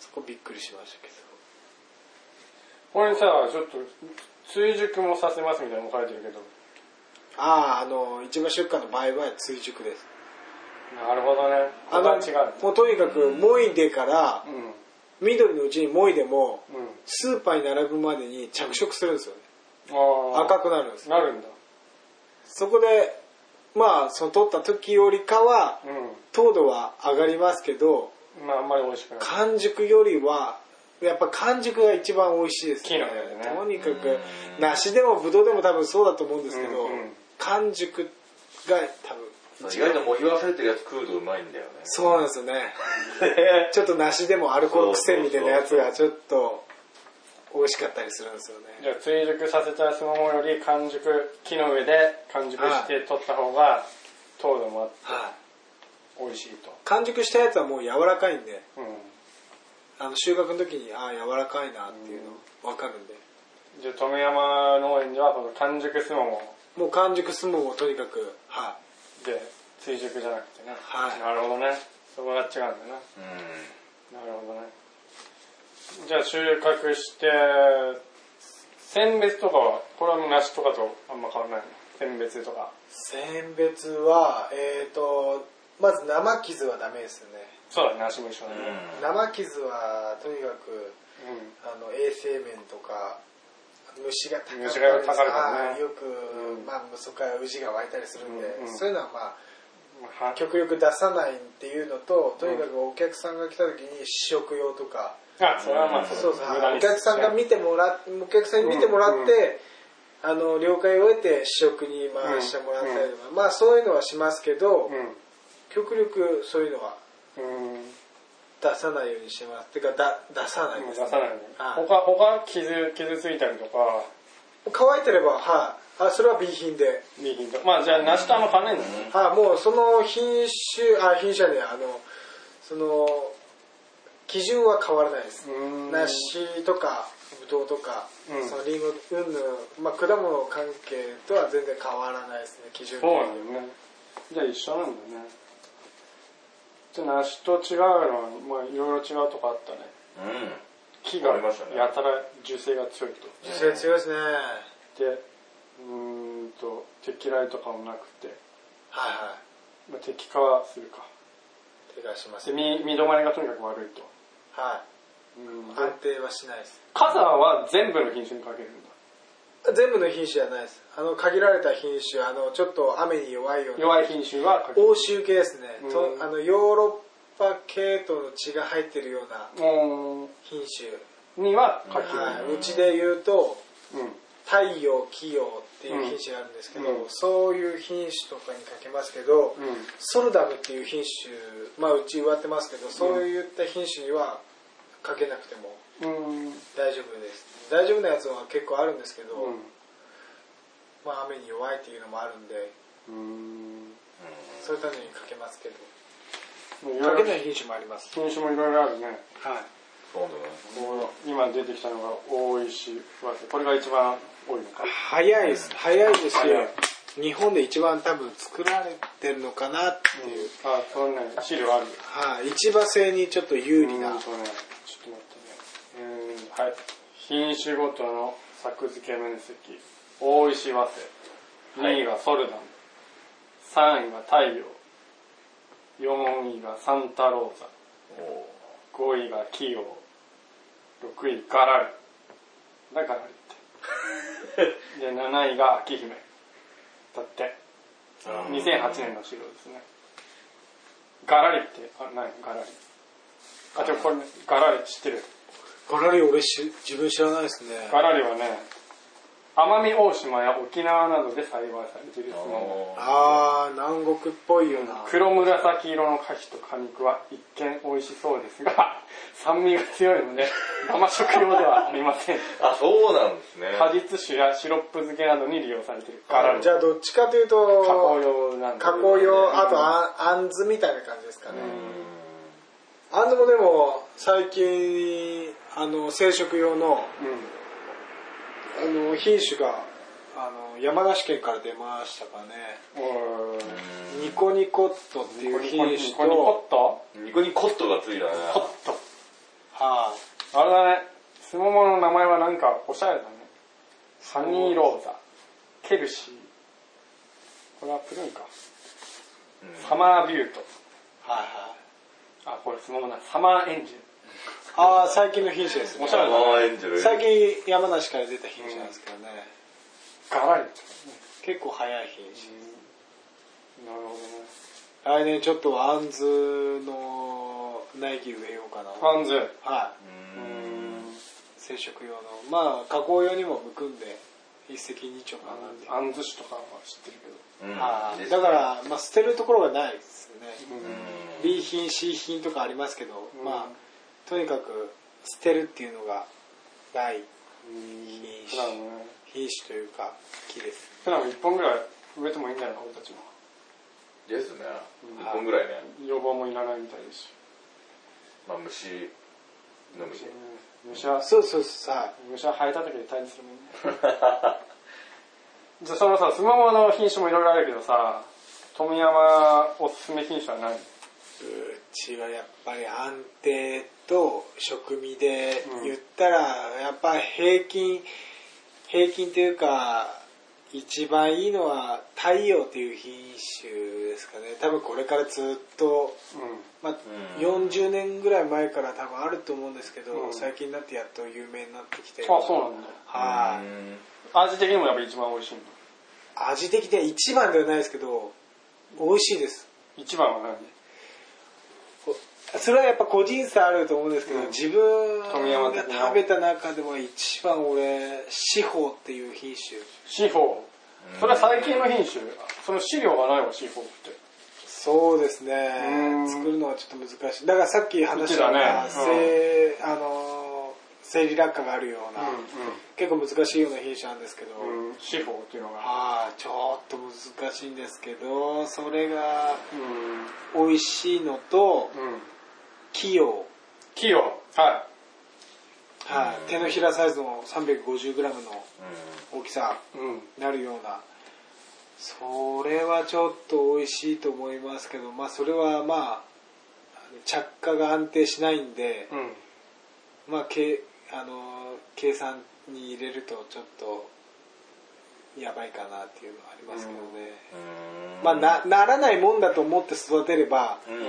Speaker 1: そこびっくりしましたけど。
Speaker 2: これにさ、ちょっと、追熟もさせますみたいなのも書いてるけど。
Speaker 1: ああ、あの、市場出荷の場合は追熟です。
Speaker 2: なるほどね。
Speaker 1: あ
Speaker 2: ま
Speaker 1: の、
Speaker 2: た違う。
Speaker 1: もうとにかく、もいでから
Speaker 2: う、ん。
Speaker 1: 緑のうちにもいでも、
Speaker 2: うん。
Speaker 1: スーパーに並ぶまでに着色するんですよね。
Speaker 2: ああ。
Speaker 1: 赤くなるんですよ。
Speaker 2: なるんだ。
Speaker 1: そこで、まあ、その取った時よりかは、
Speaker 2: う
Speaker 1: 糖度は上がりますけど、
Speaker 2: ん。まあ、あんまり美味しくない。
Speaker 1: 完熟よりは、やっぱ完熟が一番美味しいです
Speaker 2: 木の葉でね
Speaker 1: とにか
Speaker 3: う
Speaker 1: く
Speaker 3: ん、
Speaker 1: 梨でもぶどうでも多分そうだと思うんですけど、
Speaker 2: うんうん
Speaker 1: 完熟が多分
Speaker 3: 意外ともぎ忘れてるやつ食うとうまいんだよね。
Speaker 1: そうなんですよね。ちょっと梨でもアルコール癖みたいなやつがちょっと美味しかったりするんですよね。
Speaker 2: じゃあ追熟させたスモモより完熟、木の上で完熟して取った方が糖度もあって
Speaker 1: はい。
Speaker 2: 美味しいと。
Speaker 1: 完熟したやつはもう柔らかいんで、
Speaker 2: うん。
Speaker 1: あの収穫の時に、ああ、柔らかいなっていうのわかるんで。
Speaker 2: じゃあ富山農園ではこの完熟スモモ
Speaker 1: もう完熟すももとにかく、は
Speaker 2: で追熟じゃなくてね。
Speaker 1: はい
Speaker 2: なるほどね。そこが違うんだよな。
Speaker 3: うん。
Speaker 2: なるほどね。じゃあ収穫して、選別とかは、これはもう梨とかとあんま変わらないの選別とか。
Speaker 1: い。選別は、えーと、まず生傷はダメですよね。
Speaker 2: そうだね、梨も一緒だね。
Speaker 1: 生傷はとにかく、
Speaker 2: うん。
Speaker 1: あの衛生面とか虫が高
Speaker 2: 虫が高かったね
Speaker 1: よく、まあ、そこからウジが湧いたりするんで、
Speaker 2: うんうん
Speaker 1: そういうのは、ま
Speaker 2: まあ
Speaker 1: あ、極力出さないっていうのととにかくお客さんが来た時に試食用とか、
Speaker 2: あ、それはまあ
Speaker 1: そうそう
Speaker 2: 無駄
Speaker 1: お
Speaker 2: に
Speaker 1: 客さんが見てもらお客さんに見てもらって、
Speaker 2: うんう
Speaker 1: あの了解を得て試食に回してもらったりとか、まあ、そういうのはしますけど、
Speaker 2: うん。
Speaker 1: 極力そういうのは
Speaker 2: うん。
Speaker 1: 出さないようにしてますてかだ出さない
Speaker 2: 出
Speaker 1: です、
Speaker 2: さないね。
Speaker 1: はい
Speaker 2: 他、他傷、傷ついたりとか、
Speaker 1: 乾いてれば、はい、あそれは B 品で、
Speaker 2: いいヒント。まあじゃあ、梨とあんま変わんないんだね。
Speaker 1: はい、もうその品種あ品種はねあのその基準は変わらないです、
Speaker 2: う
Speaker 1: 梨とかぶどうとか、
Speaker 2: うん
Speaker 1: そのリンゴうんぬん、まあ、果物関係とは全然変わらないですね基準
Speaker 2: そうなんだよね。じゃあ一緒なんだね。じゃあ、梨と違うのは、まあいろいろ違うとこあったね。
Speaker 3: うん。
Speaker 2: 木が
Speaker 3: ありましたね
Speaker 2: やたら樹勢が強いと。
Speaker 1: 自制強いですねはい
Speaker 2: で、うーんと、敵雷とかもなくて、
Speaker 1: は
Speaker 2: まあ、敵化はするか。
Speaker 1: い手がします
Speaker 2: で、
Speaker 1: はい
Speaker 2: み見止まりがとにかく悪いと。うん
Speaker 1: 安定はしないです
Speaker 2: 傘は全部の品種にかけるんだ。
Speaker 1: 全部の品種じゃないですあの限られた品種あのちょっと雨に弱いような
Speaker 2: 弱い品種はかける。
Speaker 1: 欧州系ですね、と
Speaker 2: うん
Speaker 1: あのヨーロッパ系統の血が入ってるような
Speaker 2: う
Speaker 1: 品種、
Speaker 2: ーんにはかける。
Speaker 1: はいうちで言うと
Speaker 2: うん。
Speaker 1: 太陽企陽っていう品種があるんですけど、
Speaker 2: うん
Speaker 1: そういう品種とかにかけますけ
Speaker 2: う
Speaker 1: ど、
Speaker 2: ん
Speaker 1: ソルダムっていう品種まあうち植わってますけどそういった品種にはかけなくても
Speaker 2: うん。
Speaker 1: 大丈夫です大丈夫なやつは結構あるんですけど、
Speaker 2: う
Speaker 1: まあ雨に弱いっていうのもあるんで
Speaker 2: ん。
Speaker 1: そういうためにかけますけど
Speaker 2: うん。
Speaker 1: か
Speaker 2: か
Speaker 1: け
Speaker 2: け
Speaker 1: な
Speaker 2: ないい
Speaker 1: 品種もあります
Speaker 2: 品種もいろいろあるね。
Speaker 1: はい
Speaker 3: そうだね。
Speaker 2: こう今出てきたのが大石わけ。これが一番多いのか。
Speaker 1: 早いです早いですし
Speaker 2: 早い
Speaker 1: 日本で一番多分作られてるのかなっていう、
Speaker 2: あ、そうね。資料ある。
Speaker 1: はい、市場性にちょっと有利な、
Speaker 2: うん
Speaker 1: は
Speaker 2: とね、ちょっと待ってね。うーん、はい。品種ごとの作付け面積。大石和瀬。
Speaker 3: はい
Speaker 2: 2位がソルダム。3位が太陽。4位がサンタローザ。
Speaker 3: おー
Speaker 2: 5位がキヨ6位ガラルだからっ
Speaker 3: (laughs)
Speaker 2: てで7位が秋姫だって2008年の資料ですねガラリって、あ、何ガラリ。あ、でもこれ、ガラリ知ってる。
Speaker 1: ガラリ俺し自分知らないですね
Speaker 2: ガラリはね、奄美大島や沖縄などで栽培されているスモ
Speaker 3: あ
Speaker 1: ああ南国っぽいよな
Speaker 2: モ。黒紫色の牡蠣と果肉は一見美味しそうですが、 (laughs) 酸味が強いので、生食用ではありません。
Speaker 3: あ、そうなんですね。
Speaker 2: 果実酒やシロップ漬けなどに利用されているガラリ。
Speaker 1: じゃあどっちかというと
Speaker 2: 加工用なんで。
Speaker 1: 加工用あとあんずみたいな感じですかね
Speaker 3: う
Speaker 1: あんずもでも最近あの生殖用の
Speaker 2: うん。
Speaker 1: あの品種があの山梨県から出ましたかね
Speaker 2: おー
Speaker 1: ニコニコットっていう品種
Speaker 2: ニコニコ
Speaker 1: と
Speaker 2: ット
Speaker 3: んニコニコットがついたね。
Speaker 2: コット。
Speaker 1: は
Speaker 2: あれだね、スモモの名前はなんかおしゃれだね。ハニーローザ、ケルシー、これはプルーンか。
Speaker 3: うん
Speaker 2: サマービュート。
Speaker 1: いはいはい
Speaker 2: あ、これスモモだ。サマーエンジン。
Speaker 1: ああ最近の品種ですね
Speaker 2: おしゃれ
Speaker 3: サマ
Speaker 2: だ
Speaker 3: ー
Speaker 2: ね。
Speaker 3: エンジェル。
Speaker 1: 最近山梨から出た品種なんですけどね、
Speaker 2: ガラリ。なる
Speaker 1: 結構早い品種
Speaker 2: ほ
Speaker 1: 来年ちょっとアンズの苗木植えようかな
Speaker 2: どね。ンズ。
Speaker 1: は
Speaker 3: う
Speaker 2: うんん。
Speaker 1: い生殖用のまあ加工用にも向くんで一石二鳥かなって
Speaker 2: アンズ種とかは知ってる
Speaker 3: うん
Speaker 1: はいだから、まあ、捨てるところがないですね
Speaker 2: けど。う。
Speaker 3: うんん
Speaker 1: B 品 C 品とかありますけど、まあとにかく捨てるっていうのがない品
Speaker 2: 普段
Speaker 1: 種
Speaker 2: ね、
Speaker 1: 品種というか木です
Speaker 2: 普段1本ぐらい植えてもいいんじゃないか、俺たちも。
Speaker 3: ですね。一本ぐらいね。
Speaker 2: 予防もいらないみたいですし。
Speaker 3: まあ、虫の虫。
Speaker 2: 虫は
Speaker 1: そうそうそうはい
Speaker 2: 虫は生えた時に退治するもんね (laughs) じゃあそのさスモモの品種もいろいろあるけどさ富山おすすめ品種は何
Speaker 1: うちはやっぱり安定と食味で言ったらやっぱ平均平均というか一番いいのは太陽という品種ですかね多分これからずっと、まあ、
Speaker 3: うん
Speaker 1: 40年ぐらい前から多分あると思うんですけど、
Speaker 2: うん
Speaker 1: 最近になってやっと有名になってきて
Speaker 2: あそうなんだ
Speaker 1: はい、
Speaker 3: うん
Speaker 2: 味的にもやっぱ一番美味しいんだ
Speaker 1: 味的には一番ではないですけど美味しいです
Speaker 2: 一番は何
Speaker 1: それはやっぱ個人差あると思うんですけど、
Speaker 2: うん
Speaker 1: 自分
Speaker 2: 富山
Speaker 1: が
Speaker 2: 的な
Speaker 1: 食べた中でも一番俺四方っていう品種
Speaker 2: 四方それは最近の品種その資料がないわ四方って
Speaker 1: そうです
Speaker 2: う
Speaker 1: ね
Speaker 2: ん
Speaker 1: 作るのはちょっと難しいだからさっき話した、
Speaker 2: 言ってたねうん
Speaker 1: せいあの生理落下があるような、
Speaker 2: う
Speaker 1: 結構難しいような品種なんですけど、
Speaker 2: んうん四方っていうのが
Speaker 1: ああちょっと難しいんですけどそれが
Speaker 2: うん
Speaker 1: 美味しいのと
Speaker 2: うん
Speaker 1: 器用
Speaker 2: 器用は
Speaker 1: はい、手のひらサイズの 350g の大きさ
Speaker 2: いうん
Speaker 1: なるようなそれはちょっと美味しいと思いますけどまあそれはまあ着火が安定しないんで、
Speaker 2: うん
Speaker 1: まあけあの計算に入れるとちょっとやばいかなっていうのはありますけどね、
Speaker 3: うん
Speaker 1: まあなならないもんだと思って育てれば
Speaker 3: うん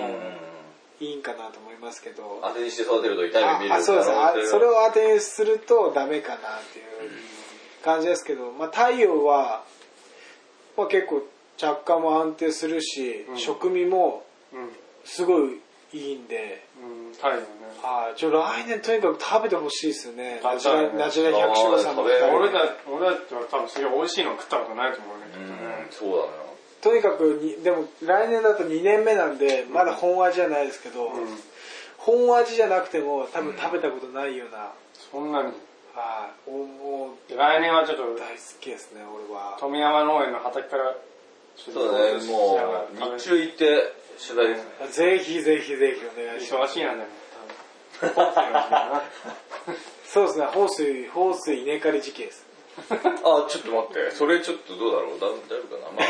Speaker 1: いいんかなと思いますけど
Speaker 3: 当てにして育てると痛い
Speaker 1: あ
Speaker 3: 目見る
Speaker 1: あそうですあそれ
Speaker 3: は
Speaker 1: を当てにするとダメかなっていう感じですけど、まあ、太陽は、まあ、結構着火も安定するし、
Speaker 2: うん
Speaker 1: 食味も
Speaker 2: うん
Speaker 1: すごいいいんで、
Speaker 2: うん太陽ね
Speaker 1: はいちょ来年とにかく食べてほしいですね
Speaker 2: 食
Speaker 1: ナ
Speaker 2: べ
Speaker 1: チ
Speaker 2: た
Speaker 1: ュ
Speaker 2: いね
Speaker 1: ラナチュラ百姓さんの
Speaker 3: 食べたい
Speaker 2: 俺だ俺だっては多分すげえ美味しいの食ったことないと思うねきっと
Speaker 3: うん
Speaker 2: ね
Speaker 3: そうだな
Speaker 1: とにかくにでも来年だと2年目なんでまだ本味じゃないですけど、
Speaker 2: うん
Speaker 1: 本味じゃなくても多分食べたことないような、
Speaker 2: そんなに
Speaker 1: はいおもう
Speaker 2: 来年はちょっと
Speaker 1: 大好きですね俺は。
Speaker 2: 富山農園の畑からちょっと
Speaker 3: そうだねもう日中行って取
Speaker 2: (laughs)
Speaker 3: 材ですね
Speaker 1: ぜひぜひぜひお願いしま
Speaker 2: 忙
Speaker 1: す。
Speaker 2: しいなん
Speaker 3: (laughs)
Speaker 2: だよ
Speaker 1: そうですね、放水、放水稲刈り時期です。
Speaker 3: あちょっと待ってそれちょっとどうだろうだ大丈夫かな
Speaker 2: (laughs)
Speaker 3: ま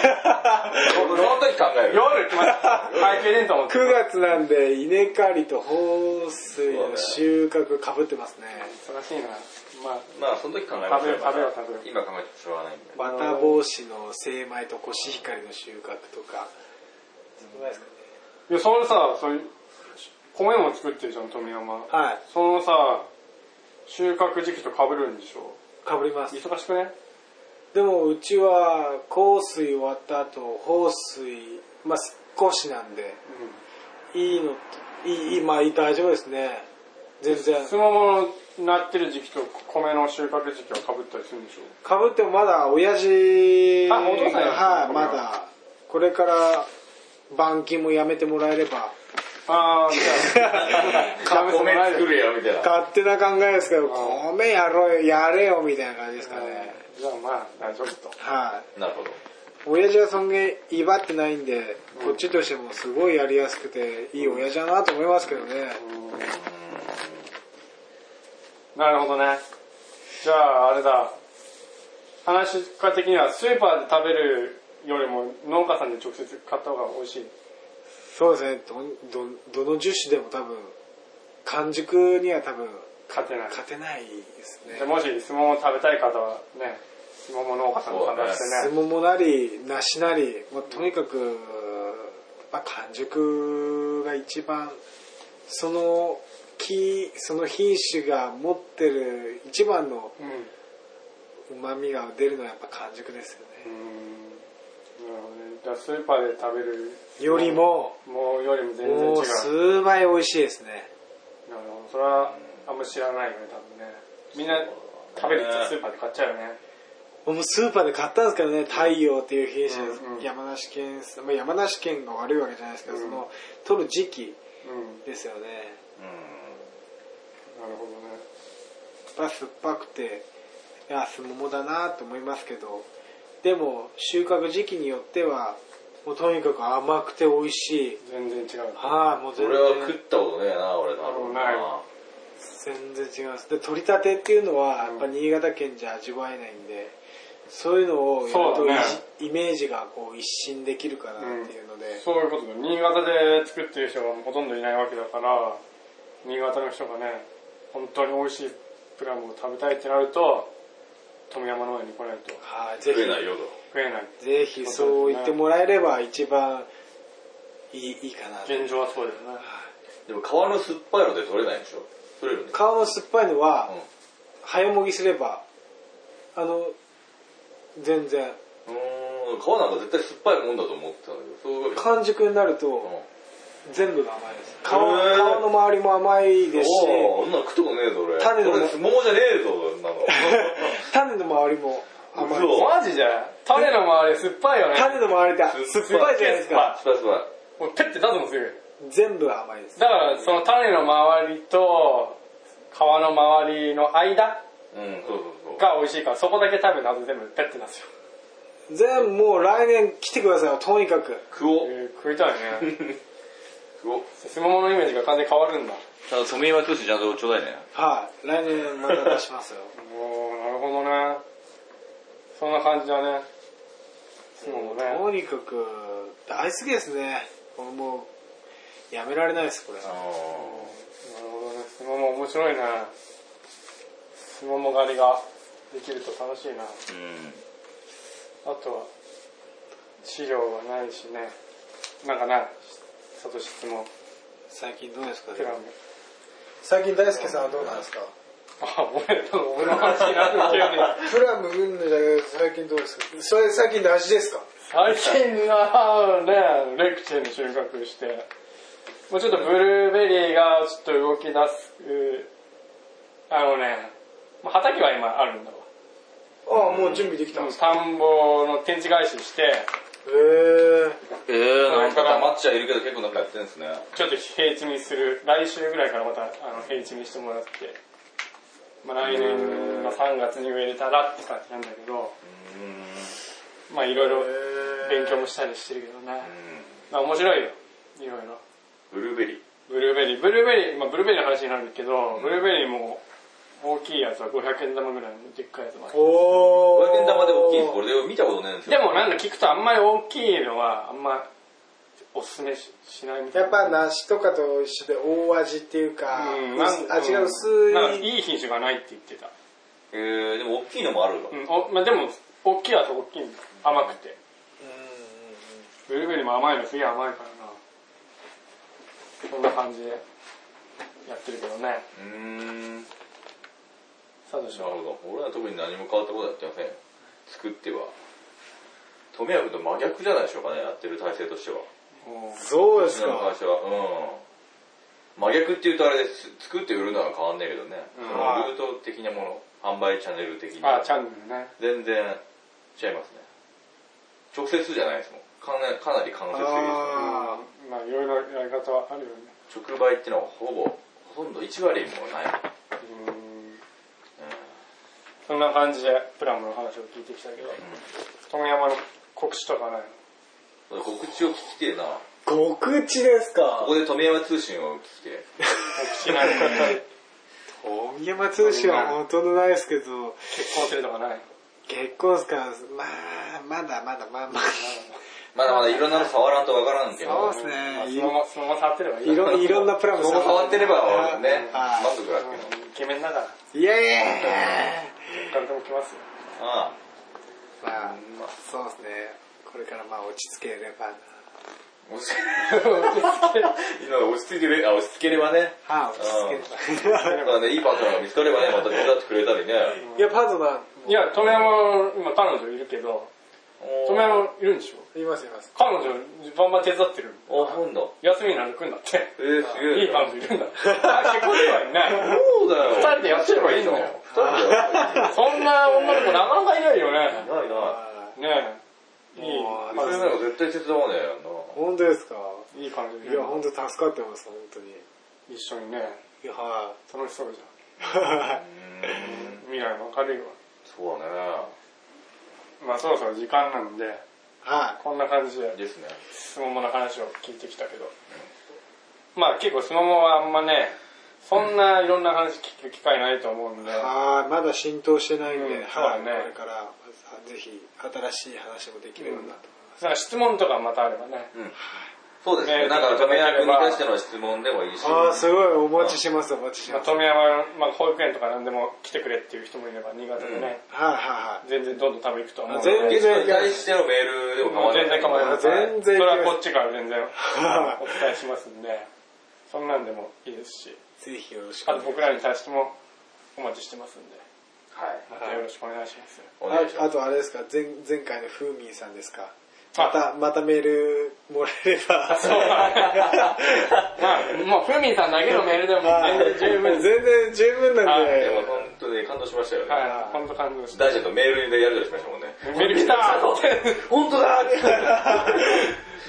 Speaker 3: あその時考える
Speaker 2: 夜来ました背景電灯も
Speaker 1: 9月なんで稲刈りと放水の収穫かぶってますね。
Speaker 2: 忙しいなまあ
Speaker 3: まあその時考えましょう
Speaker 2: 食べよう食べよう食べ
Speaker 3: 今考えてもしょうがないんで
Speaker 1: バタ帽子の精米とコシヒカリの収穫とか。そうないですかね。
Speaker 2: いやそのさそういう米も作ってるじゃん富山
Speaker 1: はい、
Speaker 2: そのさ収穫時期と被るんでしょ
Speaker 1: かぶります。
Speaker 2: 忙しくね
Speaker 1: でもうちは、降水終わった後、放水、まあ少しなんで、いいのといいいいまあいい大丈夫ですね全然
Speaker 2: スモモのなってる時期と米の収穫時期はかぶったりするんでしょ
Speaker 1: かぶってもまだ親父
Speaker 2: あお父さんや
Speaker 1: はい
Speaker 2: これ
Speaker 1: ま
Speaker 2: は
Speaker 1: だこれから板金もやめてもらえれば
Speaker 2: ああ、じゃ
Speaker 3: (laughs)
Speaker 2: あ、
Speaker 3: 米作れよみたいな。
Speaker 1: 勝手な考えですけど米やろうよやれよみたいな感じですかね
Speaker 2: じゃあまあ、大丈夫と。
Speaker 1: はい
Speaker 3: なるほど。
Speaker 1: 親父はそんげ威張ってないんでこっちとしてもすごいやりやすくていい親父だなと思いますけどね
Speaker 2: なるほどね。じゃあ、あれだ。話家的には、スーパーで食べるよりも、農家さんで直接買った方が美味しい。
Speaker 1: そうですねどんどどの樹種でも多分完熟には多分
Speaker 2: 勝てない。
Speaker 1: 勝てないですね
Speaker 2: でもし、スモモ食べたい方はね、スモモ農家さんを探して
Speaker 1: す
Speaker 2: ね。
Speaker 1: ももなり梨なり、まあ、とにかく、まあ、完熟が一番その木その品種が持ってる一番の
Speaker 2: うん。う
Speaker 1: うまみが出るのはやっぱ完熟ですよ
Speaker 2: ー
Speaker 1: ね
Speaker 2: ん。なるほどね。じゃあ、スーパーで食べる
Speaker 1: よりも
Speaker 2: もうよりも全然違う。なる
Speaker 1: もう数倍美味しいですね
Speaker 2: ほど。それは、あんま知らないよね、多分ね。みんな、食べるってスーパーで買っちゃうよね。
Speaker 1: 僕もスーパーで買ったんですけどね太陽っていう品種、
Speaker 2: うんうん
Speaker 1: 山梨県産、まあ、山梨県が悪いわけじゃないですけど、その取る時期
Speaker 2: うん。
Speaker 1: ですよね
Speaker 2: なるほどね。
Speaker 1: やっぱ酸っぱくていやスモモだなと思いますけどでも収穫時期によってはもうとにかく甘くて美味しい
Speaker 2: 全然違う。
Speaker 1: はいもう全
Speaker 3: 俺は食ったことねえな、俺な。
Speaker 2: ない
Speaker 1: 然全然違いますで取りたてっていうのはやっぱ新潟県じゃ味わえないんでそういうのをやる
Speaker 2: そ
Speaker 1: と、
Speaker 2: うだね
Speaker 1: イメージがこう一新できるかなっていうので、
Speaker 2: そういうことだ。新潟で作ってる人がほとんどいないわけだから、新潟の人がね、本当に美味しいプラムを食べたいってなると、富山農園に来ないと
Speaker 1: はいぜ
Speaker 3: 食えな
Speaker 1: ひ
Speaker 3: いよと。
Speaker 2: 食えない。
Speaker 1: ぜひそう言ってもらえれば一番いいいいかなと
Speaker 2: 現状はそうですね。
Speaker 3: でも皮の酸っぱいので取れないでしょ取れるね。
Speaker 1: 皮の酸っぱいのは、
Speaker 3: うん
Speaker 1: 早もぎすればあの全然
Speaker 3: うーん、皮なんか絶対酸っぱいもんだと思ってたんだけど、そういうわけじゃない
Speaker 1: 完熟になると全部が甘いです皮皮の周りも甘いですし
Speaker 3: おおー、そんなの食ったことねえぞ俺。
Speaker 1: 種の
Speaker 3: 俺、相撲じゃねえぞ、そんなの。
Speaker 1: (laughs) 種の周りも甘い
Speaker 3: 嘘
Speaker 2: マジで種の周り酸っぱいよね。
Speaker 1: 種の周りって酸っぱいじゃないですか
Speaker 3: 酸っぱい酸っぱい。
Speaker 2: もうペッて出すもんすぐ。
Speaker 1: 全部甘いです
Speaker 2: だからその種の周りと皮の周りの間
Speaker 3: うん、そうそうそう。
Speaker 2: が美味しいから、そこだけ食べたと全部ペッて出すよ。
Speaker 1: 全部もう来年来てくださいとにかく
Speaker 3: クオ、
Speaker 2: えー食いたい (laughs) ね。
Speaker 3: クオ。
Speaker 2: すもものイメージが完全に変わるんだ。
Speaker 3: ただ、ソメイワトシちゃんとちょうだいね。
Speaker 1: はい、来年また出し (laughs) ますよ
Speaker 2: おーなるほどねそんな感じだねそうね
Speaker 1: とにかく大好きですねこれもうやめられないですこれ
Speaker 3: あー
Speaker 2: なるほどねスモモ面白いねスモモ狩りができると楽しいなあ
Speaker 3: うん。
Speaker 2: とは資料はないしねなんかないサトシ質問
Speaker 1: 最近どうですか
Speaker 2: プラム
Speaker 1: 最近大輔さんはどうなんですか
Speaker 2: あ俺の俺の話になるけど
Speaker 1: (laughs) プラムうんぬじゃなくて最近どうですかそれ最近梨ですか
Speaker 2: 最近はねレクチェに収穫してもうちょっとブルーベリーがちょっと動き出すあのねまあ畑は今あるんだわ
Speaker 1: ああもう準備できたんですか
Speaker 2: 田んぼの天地返しして
Speaker 1: へえ
Speaker 3: えー、なんか黙っちゃいるけど結構なんかやってるんですね。
Speaker 2: ちょっと平地にする来週ぐらいからまたあの平地にしてもらって、まあ、来年の3月に植えれたらって感じなんだけどまあいろいろ勉強もしたりしてるけどねまあ面白いよいろいろ
Speaker 3: ブルーベリー。
Speaker 2: ブルーベリー、ブルーベリー、まあ、ブルーベリーの話になるけど、ブルーベリーも大きいやつは500円玉ぐらいのでっかいやつもある
Speaker 1: おお
Speaker 3: 500円玉で大きいです。俺で見たことないんです
Speaker 2: で
Speaker 3: よ。
Speaker 2: もなんか聞くとあんまり大きいのはあんまおすすめししないみたい
Speaker 1: やっぱ梨とかと一緒で大味っていうか、
Speaker 2: うん
Speaker 1: 薄味が薄い、
Speaker 2: なんかいい品種がないって言ってた。
Speaker 3: えー、でも大きいのもあるわ。
Speaker 2: うん、おまあ、でも、大きいやつは大きいんだ甘くて。ブルーベリーも甘いのすげえ甘いからな。そんな感じでやってるけどね。
Speaker 3: うーん。なる
Speaker 2: さとしは。
Speaker 3: ほど。俺は特に何も変わったことはやってません。作っては。富山君と真逆じゃないでしょうかね、やってる体制としては。
Speaker 2: う
Speaker 1: そうです
Speaker 3: ちの会
Speaker 1: か
Speaker 3: 社は。うん。真逆って言うとあれです。作って売るのは変わんないけどね。
Speaker 2: う
Speaker 3: そ
Speaker 2: ん
Speaker 3: のルート的なもの、販売チャンネル的
Speaker 2: あ
Speaker 3: な
Speaker 2: あ、。チャンネルね。
Speaker 3: 全然違いますね。直接じゃないですもん。かなかなり間接的ですね。
Speaker 1: あ
Speaker 2: まあ、いろいろやり方はあるよね。
Speaker 3: 直売ってのはほぼ、ほとんど1割もない。
Speaker 2: うん
Speaker 3: う
Speaker 2: そんな感じでプラムの話を聞いてきたけど、富山の告知とかないの
Speaker 3: ん告知を聞きてえな。
Speaker 1: 極地ですか
Speaker 3: ここで富山通信を聞きてえ。
Speaker 2: 告知ないのか、
Speaker 1: 大山通信はほとんどないですけど
Speaker 2: 結婚するとかないの
Speaker 1: 結婚ですかまあまだまだまあまあ
Speaker 3: まだまだいろんなの触らんとわからんけ
Speaker 1: そう
Speaker 3: ど
Speaker 1: で、す
Speaker 2: まあ
Speaker 1: ね
Speaker 2: そのまま、そのまま触ってればいい
Speaker 1: い
Speaker 2: な。
Speaker 1: ろいろんなプラム
Speaker 3: そこ触ってればね、
Speaker 1: はい
Speaker 3: 満足だけど。
Speaker 2: うんイケメンだから、
Speaker 1: イエ
Speaker 2: 誰でも来ますよ。
Speaker 3: あ
Speaker 1: ーイまあそうですねこれからまあ落ち着ければな
Speaker 3: あ、落ち着ければ。今落ち着いてる、あ、落ち着ければね。
Speaker 1: はあ落ち着ければ
Speaker 3: だからね、いいパートナーが見つかればね、また手伝ってくれたりね。
Speaker 1: いやパートナー
Speaker 2: いや、富山、今彼女いるけど、
Speaker 3: お
Speaker 2: 富
Speaker 3: ー
Speaker 2: 山いるんでしょ
Speaker 1: いますいます
Speaker 2: 彼女、バンバン手伝ってる。
Speaker 3: お、本だ。
Speaker 2: 休みになるくんだって。
Speaker 3: えー、すげえ。
Speaker 2: いい彼女いるんだ。あ結婚すればいいね。
Speaker 3: そうだよ。
Speaker 2: 二人でやってればいいのよ。
Speaker 3: 二人だよ。
Speaker 2: そんな女の子なかなかいないよね。
Speaker 3: ないな
Speaker 2: ねえ。いい、
Speaker 1: もう
Speaker 2: ま
Speaker 3: い。それなら絶対手伝わねえよ
Speaker 1: 本当ですか
Speaker 2: あいい彼女い
Speaker 1: いや
Speaker 2: る
Speaker 1: 本当助かってます本当に
Speaker 2: 一緒にね、
Speaker 1: いやは
Speaker 2: 楽しそうじゃ
Speaker 1: い
Speaker 3: な。うん
Speaker 2: ん。。未来も明るいわ。
Speaker 3: そうだね。
Speaker 2: まあそろそろ時間なんで、
Speaker 1: は
Speaker 2: こんな感じで、
Speaker 3: ですね。
Speaker 2: スモモの話を聞いてきたけど。まあ結構スモモはあんまね、そんないろんな話聞く機会ないと思うんで、
Speaker 1: いはいまだ浸透してないんで、
Speaker 2: うん
Speaker 1: はい、
Speaker 2: そうだね
Speaker 1: これからぜひ新しい話もできればなと思います、
Speaker 2: なんか質問とかまたあればね。
Speaker 3: うん。そうですね。
Speaker 2: ね
Speaker 3: なんか、亀山君に対しての質問でもいいし。
Speaker 1: ああすごいお待ちしますお待ちし
Speaker 2: まあ、
Speaker 1: ます
Speaker 2: 富山、まあ、保育園とか何でも来てくれっていう人もいれば、新潟でね、
Speaker 1: はいはい
Speaker 2: 全然どんどん多分行くと思うので。
Speaker 3: ゲストに
Speaker 1: 全然
Speaker 3: 対してのメールでも構わない。
Speaker 2: 全然構わないそれは
Speaker 1: はい全然行きま
Speaker 2: こっちから全然
Speaker 1: は
Speaker 2: お伝えしますんで、そんなんでもいいですし、
Speaker 1: すぜひよろしく
Speaker 2: あと僕らに対してもお待ちしてますんで、ま
Speaker 3: はい。
Speaker 2: たよろしくお願いします。
Speaker 3: お願いしま
Speaker 1: ああ
Speaker 3: す。
Speaker 1: とあれですか前前回のふーみんさんですかま
Speaker 2: あ、
Speaker 1: たまたメールもらえれば (laughs)
Speaker 2: そうまあ、もう、ふみんさんだけのメールでも全然十分です。
Speaker 1: 全然十分なん
Speaker 2: はい
Speaker 3: でも
Speaker 1: で
Speaker 3: 本当に感動しましたよね。
Speaker 2: はい、ほんと感動した。
Speaker 3: 大臣とメールでやるとしましたもんね。
Speaker 2: メール来た
Speaker 3: (laughs) 本当だって。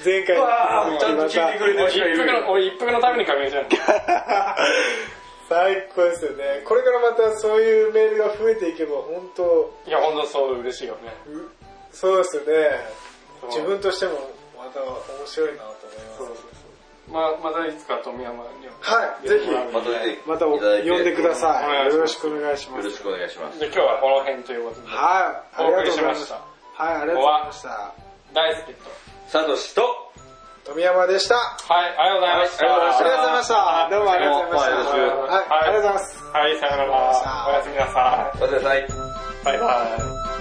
Speaker 1: 前回
Speaker 3: わーちゃんと
Speaker 1: ま
Speaker 3: 聞いてくれてる人がい
Speaker 2: 一服
Speaker 3: る。
Speaker 2: の、俺一服のために確認じゃん。
Speaker 1: た (laughs) 最高ですよねこれからまたそういうメールが増えていけば本当
Speaker 2: いや、ほんとそう嬉しいよね。
Speaker 1: うそうですよね
Speaker 2: そう
Speaker 1: 自分としてもまた面白いなと
Speaker 2: そうそう
Speaker 1: 思います
Speaker 2: そう。まあ、またいつか富山には。
Speaker 1: はいぜひ
Speaker 3: また出て
Speaker 1: またお
Speaker 3: いただ
Speaker 1: 呼
Speaker 3: いて
Speaker 1: んでくださ
Speaker 2: お願いしま
Speaker 1: い
Speaker 2: す
Speaker 1: よろしくお願いしま
Speaker 3: よ
Speaker 1: す
Speaker 3: ろしくお願いします。
Speaker 2: で、今日はこの辺ということで、
Speaker 1: はい
Speaker 2: お
Speaker 1: あり
Speaker 2: 送
Speaker 1: が
Speaker 2: り
Speaker 1: とう
Speaker 2: し
Speaker 1: ござい
Speaker 2: ま
Speaker 1: ま
Speaker 2: し
Speaker 1: した
Speaker 2: た。
Speaker 1: はいありがとうございました
Speaker 2: 大好きと。
Speaker 3: サトシと、
Speaker 1: 富山でした
Speaker 2: はい、ありがとうございました。
Speaker 3: はい
Speaker 1: ありがとうございましたどうもありがとうございました
Speaker 3: どう
Speaker 2: も
Speaker 1: はいありがとうございます
Speaker 2: はい、さよなら。おやすみなさ
Speaker 3: おやすみなさい。
Speaker 2: い。バイバイ。